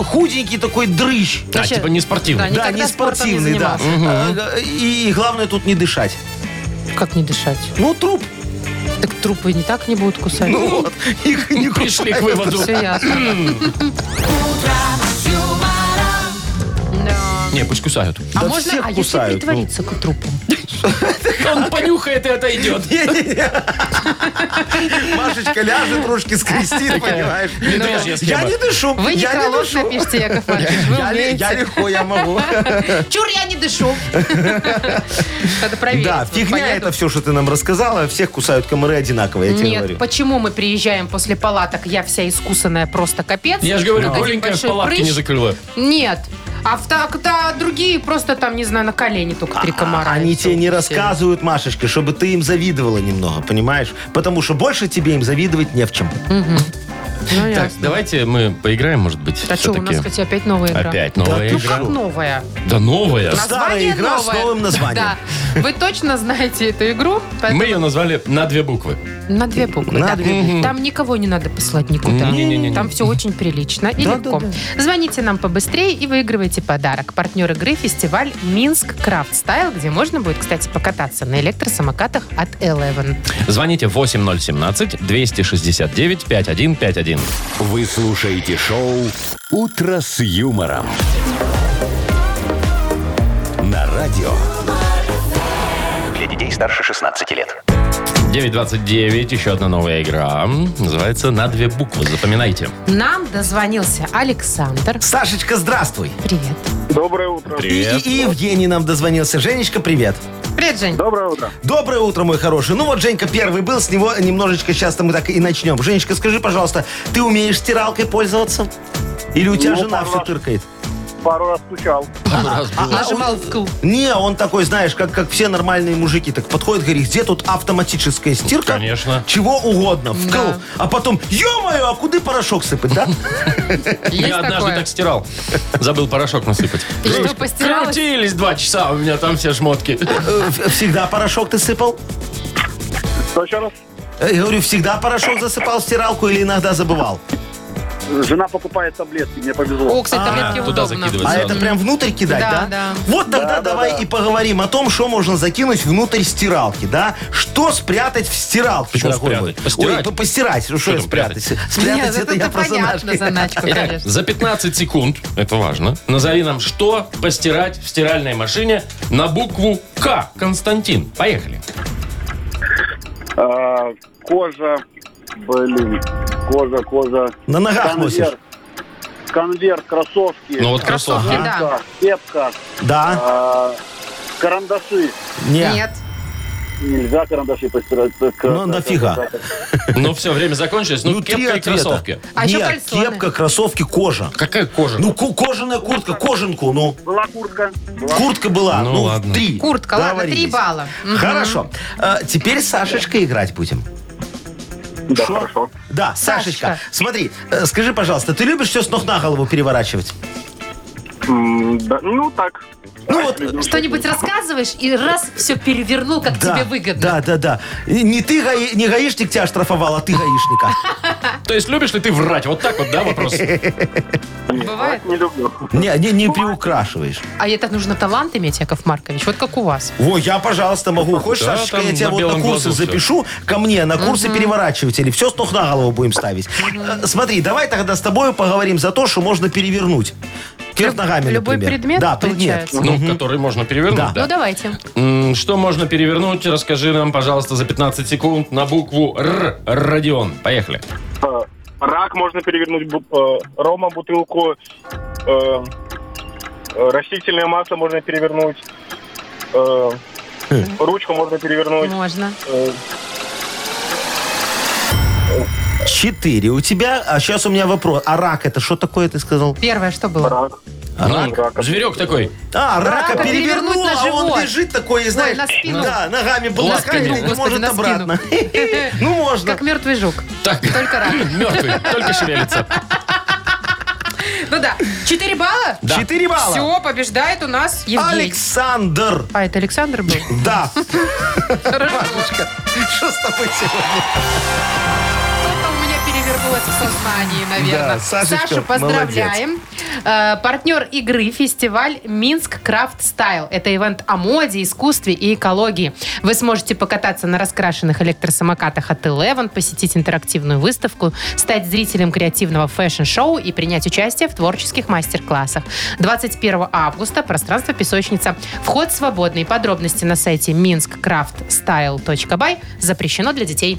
Speaker 4: э, Худенький такой дрыщ.
Speaker 2: А,
Speaker 3: Вообще-
Speaker 2: типа не
Speaker 3: Да,
Speaker 2: спортивный.
Speaker 4: Да,
Speaker 3: никогда
Speaker 4: не
Speaker 3: спортом не
Speaker 4: спортивный, да.
Speaker 3: занимался.
Speaker 4: Э, э, И, и главное тут не дышать.
Speaker 3: Как не дышать?
Speaker 4: Ну, труп.
Speaker 3: Так трупы не так не будут кусать.
Speaker 4: Ну вот. Их не
Speaker 2: Пришли к
Speaker 4: кусают.
Speaker 2: выводу.
Speaker 3: Все ясно. Да.
Speaker 2: Не, пусть кусают.
Speaker 3: А
Speaker 4: Да
Speaker 3: можно,
Speaker 4: всех
Speaker 3: а если
Speaker 4: кусают, ну.
Speaker 3: притвориться к трупу?
Speaker 2: Он понюхает и отойдет.
Speaker 4: Машечка ляжет, ружки скрестит, понимаешь?
Speaker 2: Медвежья
Speaker 4: э, ну, Я
Speaker 2: схема.
Speaker 4: не дышу.
Speaker 3: Вы не
Speaker 4: я не
Speaker 3: колод
Speaker 4: дышу.
Speaker 3: напишите, Яков Маркович, вы
Speaker 4: Я, ли- я
Speaker 3: умеете.
Speaker 4: легко, я могу.
Speaker 3: Чур, я не дышу. Надо проверить.
Speaker 4: Да,
Speaker 3: Вот
Speaker 4: фигня
Speaker 3: поеду.
Speaker 4: это все, что ты нам рассказала. Всех кусают комары одинаково, я тебе
Speaker 3: Нет,
Speaker 4: говорю.
Speaker 3: почему мы приезжаем после палаток, я вся искусанная, просто капец.
Speaker 2: Я же говорю,
Speaker 3: Один
Speaker 2: голенькая в
Speaker 3: большой
Speaker 2: палатке не
Speaker 3: прыщ.
Speaker 2: закрыла.
Speaker 3: Нет. А в та- да, другие просто там, не знаю, на колени только три комара. и
Speaker 4: А, Они
Speaker 3: всё.
Speaker 4: тебе не рассказывают, Машечка, чтобы ты им завидовала немного, понимаешь? Потому что больше тебе им завидовать не в чем.
Speaker 3: Ну,
Speaker 2: Так,
Speaker 3: ясно.
Speaker 2: давайте мы поиграем, может быть,
Speaker 3: А что, у нас,
Speaker 2: все-таки.
Speaker 3: кстати, опять новая игра?
Speaker 2: Опять новая
Speaker 3: Ну,
Speaker 2: игра.
Speaker 3: как новая?
Speaker 2: Да новая.
Speaker 4: Старая игра с новым названием.
Speaker 3: Да. Вы точно знаете эту игру? Поэтому
Speaker 2: Мы ее назвали на две буквы.
Speaker 3: На две буквы,
Speaker 4: На
Speaker 3: да.
Speaker 4: две
Speaker 3: Там никого не надо посылать никуда.
Speaker 2: Не-не-не-не.
Speaker 3: Там все очень прилично и легко. Звоните нам побыстрее и выигрывайте подарок. Партнер игры фестиваль Минск Крафт Стайл, где можно будет, кстати, покататься на электросамокатах от Eleven.
Speaker 2: Звоните 8017-269-5151.
Speaker 5: Вы слушаете шоу «Утро с юмором». На радио.
Speaker 1: Для детей старше 16 лет.
Speaker 2: 929, еще одна новая игра. Называется «На две буквы». Запоминайте.
Speaker 3: Нам дозвонился Александр.
Speaker 4: Сашечка, здравствуй.
Speaker 3: Привет.
Speaker 6: Доброе утро.
Speaker 4: И, и Евгений нам дозвонился. Женечка, привет.
Speaker 3: Привет, Жень.
Speaker 6: Доброе утро.
Speaker 4: Доброе утро, мой хороший. Ну вот Женька первый был, с него немножечко сейчас мы так и начнем. Женечка, скажи, пожалуйста, ты умеешь стиралкой пользоваться? Или у тебя
Speaker 6: Ну,
Speaker 4: жена все
Speaker 6: пожалуйста.
Speaker 4: тыркает?
Speaker 6: Пару раз стучал.
Speaker 3: Нажимал в кл.
Speaker 4: Не, он такой, знаешь, как, как все нормальные мужики, так подходит, говорит, где тут автоматическая стирка?
Speaker 2: Конечно.
Speaker 4: Чего угодно, вкл.
Speaker 3: Да.
Speaker 4: А потом, ё-моё, а куда порошок сыпать, да?
Speaker 3: Есть
Speaker 2: Я однажды
Speaker 3: такое?
Speaker 2: так стирал. Забыл порошок насыпать.
Speaker 3: И что, постиралось?
Speaker 2: Крутились два часа, у меня там все шмотки.
Speaker 4: Э, в- Всегда порошок ты сыпал?
Speaker 6: Что еще раз?
Speaker 4: Э, Я говорю, всегда порошок засыпал в стиралку или иногда забывал?
Speaker 6: Жена покупает таблетки, мне повезло.
Speaker 3: О, кстати, таблетки
Speaker 2: туда
Speaker 3: удобно.
Speaker 2: закидывать.
Speaker 4: А
Speaker 2: Сразу.
Speaker 4: это прям внутрь кидать,
Speaker 3: Да,
Speaker 4: да?
Speaker 3: да.
Speaker 4: Вот тогда
Speaker 6: Да, да,
Speaker 4: давай
Speaker 6: да.
Speaker 4: и поговорим о том, что можно закинуть внутрь стиралки, да? Что спрятать в стиралке,
Speaker 2: Почему
Speaker 4: дорогой
Speaker 2: спрятать?
Speaker 4: мой?
Speaker 2: Постирать.
Speaker 4: Ой, по- постирать. Ну, Что, я
Speaker 2: там
Speaker 4: спрятать?
Speaker 3: Нет,
Speaker 4: Спрятать это, я про
Speaker 3: понятно,
Speaker 4: заначки.
Speaker 3: заначка,
Speaker 2: Итак,
Speaker 3: конечно.
Speaker 2: за 15 секунд, это важно, назови нам, что постирать в стиральной машине на букву К. Константин, поехали.
Speaker 6: А, кожа, блин, кожа, кожа.
Speaker 4: На ногах носишь.
Speaker 6: Конверт, кроссовки.
Speaker 2: Ну вот
Speaker 3: Кроссовки,
Speaker 2: кроссовки.
Speaker 4: Ага.
Speaker 3: да.
Speaker 6: Кепка, кепка,
Speaker 4: Да?
Speaker 6: а, карандаши,
Speaker 4: Нет.
Speaker 3: Нет.
Speaker 6: Нельзя карандаши постирать. так,
Speaker 4: Ну,
Speaker 6: так,
Speaker 4: нафига?
Speaker 6: так, так, так.
Speaker 2: Ну все, время закончилось. Ну,
Speaker 4: три
Speaker 2: кепка и
Speaker 4: ответа.
Speaker 2: кроссовки.
Speaker 3: А еще
Speaker 4: Нет,
Speaker 3: кальсоны.
Speaker 4: кепка, кроссовки, кожа.
Speaker 2: Какая кожа?
Speaker 4: Ну, ку- кожаная куртка, кожанку, ну.
Speaker 6: Была куртка. Была.
Speaker 4: Куртка была,
Speaker 2: Ну,
Speaker 4: ну,
Speaker 2: ладно.
Speaker 4: три.
Speaker 3: Куртка, ладно, три
Speaker 4: Договорились.
Speaker 3: балла. Мгм.
Speaker 4: Хорошо. А, теперь с Сашечкой играть будем.
Speaker 6: Да, хорошо.
Speaker 4: Да,
Speaker 3: Сашечка.
Speaker 4: Сашечка, смотри, э, скажи, пожалуйста, ты любишь все с ног на голову переворачивать?
Speaker 6: М, да, ну, так.
Speaker 4: Ну вот,
Speaker 3: Что-нибудь рассказываешь и раз все перевернул, как
Speaker 4: да,
Speaker 3: тебе выгодно.
Speaker 4: Да, да, да. И Не ты гаи- не гаишник тебя оштрафовал, а ты гаишника.
Speaker 2: То есть любишь ли ты врать? Вот так вот, да, вопрос?
Speaker 3: Бывает?
Speaker 6: Не люблю.
Speaker 4: Не, не, не приукрашиваешь.
Speaker 3: А это нужно талант иметь, Яков Маркович, вот как у вас.
Speaker 4: Во, я, пожалуйста, могу. Хочешь,
Speaker 2: Да,
Speaker 4: Сашечка,
Speaker 2: там
Speaker 4: я тебя
Speaker 2: на
Speaker 4: вот
Speaker 2: белом
Speaker 4: на курсы
Speaker 2: глазу всё.
Speaker 4: запишу, ко мне на курсы переворачивателей. Все с ног на голову будем ставить. Э, Смотри, давай тогда с тобой поговорим за то, что можно перевернуть. Кверх
Speaker 3: Люб-
Speaker 4: ногами,
Speaker 3: любой
Speaker 4: Ну, например.
Speaker 3: предмет,
Speaker 4: Да, предмет.
Speaker 3: получается?
Speaker 2: Ну, который можно перевернуть,
Speaker 4: Да.
Speaker 3: Ну,
Speaker 2: да.
Speaker 3: давайте.
Speaker 2: М, Что можно перевернуть? Расскажи нам, пожалуйста, за 15 секунд на букву Р. Родион. Поехали.
Speaker 6: Э, Рак можно перевернуть. бу- э, Рома бутылку. э, э, Растительное масло можно перевернуть. э,
Speaker 4: Хм.
Speaker 6: Ручку можно перевернуть.
Speaker 3: Можно.
Speaker 6: э,
Speaker 4: Четыре у тебя. А сейчас у меня вопрос. А рак это что такое, ты сказал?
Speaker 3: Первое, что было?
Speaker 6: Рак.
Speaker 2: Ну, зверек такой.
Speaker 4: А, рака,
Speaker 3: Рака перевернуть
Speaker 4: перевернула,
Speaker 3: на
Speaker 4: а
Speaker 3: живот.
Speaker 4: он лежит такой, знаешь,
Speaker 3: на спину.
Speaker 4: да, ногами блокает,
Speaker 2: спину,
Speaker 4: не
Speaker 3: господи,
Speaker 4: может
Speaker 3: на спину.
Speaker 4: обратно. Ну, можно.
Speaker 3: Как мертвый жук.
Speaker 2: Так.
Speaker 3: Только рак.
Speaker 2: Мертвый, только шевелится.
Speaker 3: Ну да. Четыре балла?
Speaker 4: Четыре балла.
Speaker 3: Все, побеждает у нас Евгений.
Speaker 4: Александр.
Speaker 3: А, это Александр был?
Speaker 4: Да.
Speaker 3: Хорошо.
Speaker 4: Машечка, что с тобой сегодня?
Speaker 3: Что-то у меня перевернулось в сознании, наверное.
Speaker 4: Да, Сашечка,
Speaker 3: Сашу поздравляем. Э, партнер игры фестиваль Минск Крафт Стайл. Это ивент о моде, искусстве и экологии. Вы сможете покататься на раскрашенных электросамокатах от Eleven, посетить интерактивную выставку, стать зрителем креативного фэшн-шоу и принять участие в творческих мастер-классах. 21 августа пространство «Песочница». Вход свободный. Подробности на сайте minskcraftstyle.by. Запрещено для детей.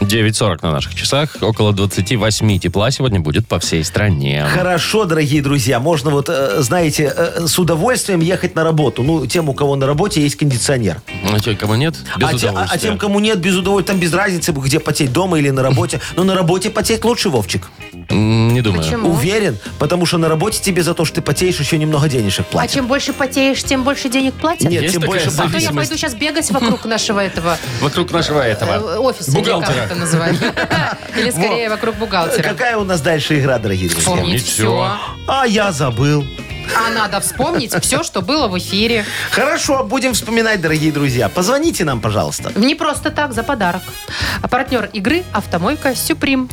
Speaker 2: 9.40 на наших часах. Около 28 тепла сегодня будет по всей стране.
Speaker 4: Хорошо, дорогие друзья, можно вот, э, знаете, э, с удовольствием ехать на работу. Ну, тем, у кого на работе есть кондиционер.
Speaker 2: А те, кому нет, без
Speaker 4: а, те- а- а
Speaker 2: удовольствия.
Speaker 4: тем, кому нет, без удовольствия, там без разницы, где потеть, дома или на работе. Но на работе потеть лучше, Вовчик.
Speaker 2: М,
Speaker 4: А
Speaker 2: Не думаю.
Speaker 3: Почему?
Speaker 4: Уверен, потому что на работе тебе за то, что ты потеешь, еще немного денежек
Speaker 3: А
Speaker 4: платят.
Speaker 3: чем больше потеешь, тем больше денег платят?
Speaker 4: Нет,
Speaker 2: Есть
Speaker 4: тем
Speaker 2: такая
Speaker 4: больше
Speaker 3: А то я
Speaker 2: зависимость?
Speaker 3: пойду сейчас бегать вокруг нашего этого
Speaker 2: Вокруг нашего
Speaker 3: э,
Speaker 2: этого.
Speaker 3: офиса, или как
Speaker 2: Бухгалтера.
Speaker 3: это называют. Или скорее вокруг бухгалтера.
Speaker 4: Э, Какая у нас дальше игра, дорогие друзья?
Speaker 2: Помнить
Speaker 3: Помнить все.
Speaker 4: А я забыл.
Speaker 3: А надо вспомнить все, что было в эфире.
Speaker 4: Хорошо, будем вспоминать, дорогие друзья. Позвоните нам, пожалуйста.
Speaker 3: Не просто так, за подарок. А партнер игры «Автомойка Сюприм».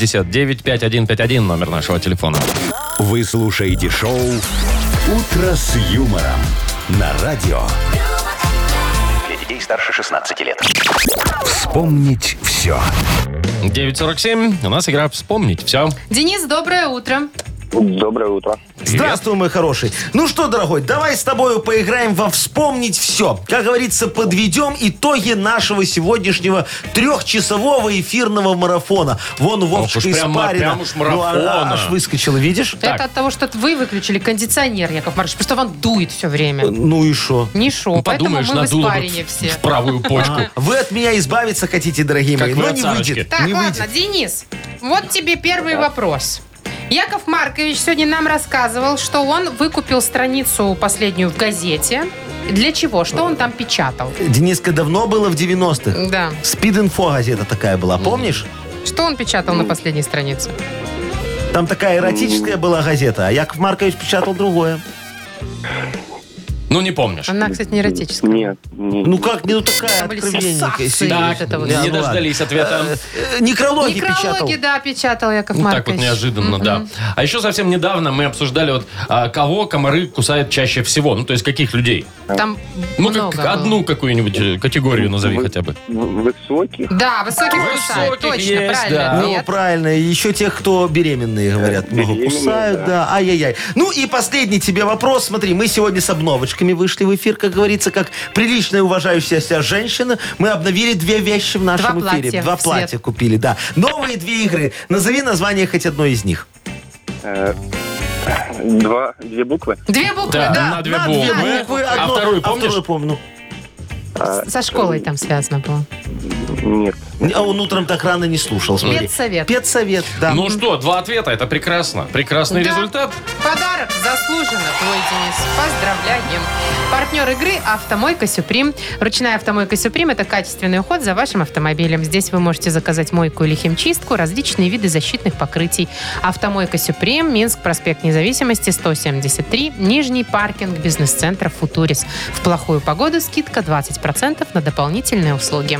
Speaker 2: 8017-269-5151, номер нашего телефона.
Speaker 5: Вы слушаете шоу «Утро с юмором» на радио.
Speaker 1: Для детей старше 16 лет.
Speaker 5: Вспомнить все.
Speaker 2: 9.47, у нас игра «Вспомнить все».
Speaker 3: Денис, доброе утро.
Speaker 6: Доброе утро.
Speaker 4: Здравствуй, мой хороший. Ну что, дорогой, давай с тобою поиграем во «Вспомнить все». Как говорится, подведем итоги нашего сегодняшнего трехчасового эфирного марафона. Вон
Speaker 2: уж
Speaker 4: Вовчика
Speaker 2: прям-
Speaker 4: испарина.
Speaker 2: прям уж
Speaker 4: Ну, а-
Speaker 2: марафона.
Speaker 4: аж выскочила, видишь?
Speaker 3: Это от того, что вы выключили кондиционер, Яков Маркович, потому что вам дует все время.
Speaker 4: Ну и что?
Speaker 3: Не шо,
Speaker 2: Ну,
Speaker 3: поэтому мы
Speaker 2: подумаешь,
Speaker 3: в
Speaker 2: надуло бы
Speaker 3: испарине все.
Speaker 2: в правую почку.
Speaker 4: Вы от меня избавиться хотите, дорогие
Speaker 2: Как
Speaker 4: мои,
Speaker 2: вы
Speaker 4: но
Speaker 2: от
Speaker 4: не
Speaker 2: Сарочки.
Speaker 4: выйдет.
Speaker 3: Так,
Speaker 4: не выйдет.
Speaker 3: ладно, Денис, вот тебе первый вопрос. Яков Маркович сегодня нам рассказывал, что он выкупил страницу последнюю в газете. Для чего? Что он там печатал?
Speaker 4: Дениска давно было в 90-х.
Speaker 3: Да.
Speaker 4: Спид-инфо газета такая была, помнишь?
Speaker 3: Что он печатал
Speaker 2: Ну,
Speaker 3: на последней странице?
Speaker 4: Там такая эротическая была газета, а Яков Маркович печатал другое.
Speaker 2: Ну, не помнишь.
Speaker 3: Она, кстати, не эротическая.
Speaker 6: Нет, нет.
Speaker 4: Ну как, не ну такая
Speaker 3: Там были
Speaker 4: откровенненькая.
Speaker 3: сенсации.
Speaker 4: Сергей.
Speaker 3: вот это вот.
Speaker 4: Да,
Speaker 2: не
Speaker 4: ну ладно.
Speaker 2: дождались ответа.
Speaker 4: Э, э, Некрологи печатал.
Speaker 3: Некрологи, да, печатал Яков
Speaker 2: Ну, так
Speaker 3: Маркович.
Speaker 2: вот неожиданно, да. А еще совсем недавно мы обсуждали, вот, а, кого комары кусают чаще всего. Ну, то есть, каких людей.
Speaker 3: Там
Speaker 2: Ну,
Speaker 3: много
Speaker 2: как
Speaker 3: было.
Speaker 2: одну какую-нибудь э, категорию назови
Speaker 6: Вы-
Speaker 2: хотя бы.
Speaker 6: в- Высоких.
Speaker 3: Да, высоких
Speaker 2: Высоких
Speaker 3: кусает, точно,
Speaker 2: есть, да.
Speaker 3: правильно.
Speaker 4: Ну,
Speaker 3: ответ.
Speaker 4: правильно. И Еще тех, кто беременные, говорят, много
Speaker 6: беременные,
Speaker 4: кусают, да.
Speaker 6: да.
Speaker 4: Ай-яй-яй. Ну и последний тебе вопрос. Смотри, мы сегодня с обновочкой подарочками вышли в эфир, как говорится, как приличная уважающая себя женщина. Мы обновили две вещи в нашем
Speaker 3: Два
Speaker 4: эфире.
Speaker 3: платья
Speaker 4: Два
Speaker 3: в
Speaker 4: платья
Speaker 3: цвет.
Speaker 4: купили, да. Новые две игры. Назови название хоть одной из них.
Speaker 6: Э, Два, две буквы.
Speaker 3: Две буквы,
Speaker 2: Ну, Да,
Speaker 3: да.
Speaker 2: на А две
Speaker 4: На
Speaker 2: буквы.
Speaker 4: буквы,
Speaker 2: А
Speaker 4: одно-
Speaker 2: вторую помнишь?
Speaker 4: вторую помню.
Speaker 6: А,
Speaker 3: Со школой там связано было.
Speaker 6: Нет.
Speaker 4: А он утром так рано не слушал. Смотри.
Speaker 3: Медсовет.
Speaker 4: Педсовет, да.
Speaker 2: Ну что, два ответа, это прекрасно. Прекрасный
Speaker 3: Да.
Speaker 2: результат.
Speaker 3: Подарок заслуженно твой, Денис. С Поздравляем. Партнер игры «Автомойка Сюприм». Ручная «Автомойка Сюприм» – это качественный уход за вашим автомобилем. Здесь вы можете заказать мойку или химчистку, различные виды защитных покрытий. «Автомойка Сюприм», Минск, проспект Независимости, 173, Нижний паркинг бизнес-центра «Футурис». В плохую погоду скидка 20% на дополнительные услуги.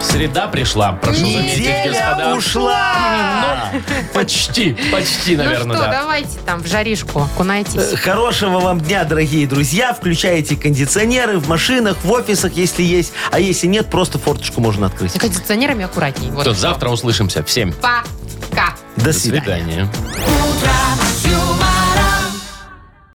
Speaker 2: Среда пришла, прошу заметить,
Speaker 4: Неделя
Speaker 2: господа.
Speaker 4: ушла!
Speaker 2: Почти, почти,
Speaker 3: ну
Speaker 2: наверное,
Speaker 3: что,
Speaker 2: да.
Speaker 3: давайте там в жаришку окунайтесь.
Speaker 4: Э, Хорошего вам дня, дорогие друзья. Включайте кондиционеры в машинах, в офисах, если есть. А если нет, просто форточку можно открыть.
Speaker 3: С кондиционерами аккуратней. Вот.
Speaker 2: Что, завтра услышимся в 7.
Speaker 3: Пока.
Speaker 4: До
Speaker 2: До
Speaker 4: свидания.
Speaker 2: свидания.
Speaker 9: утро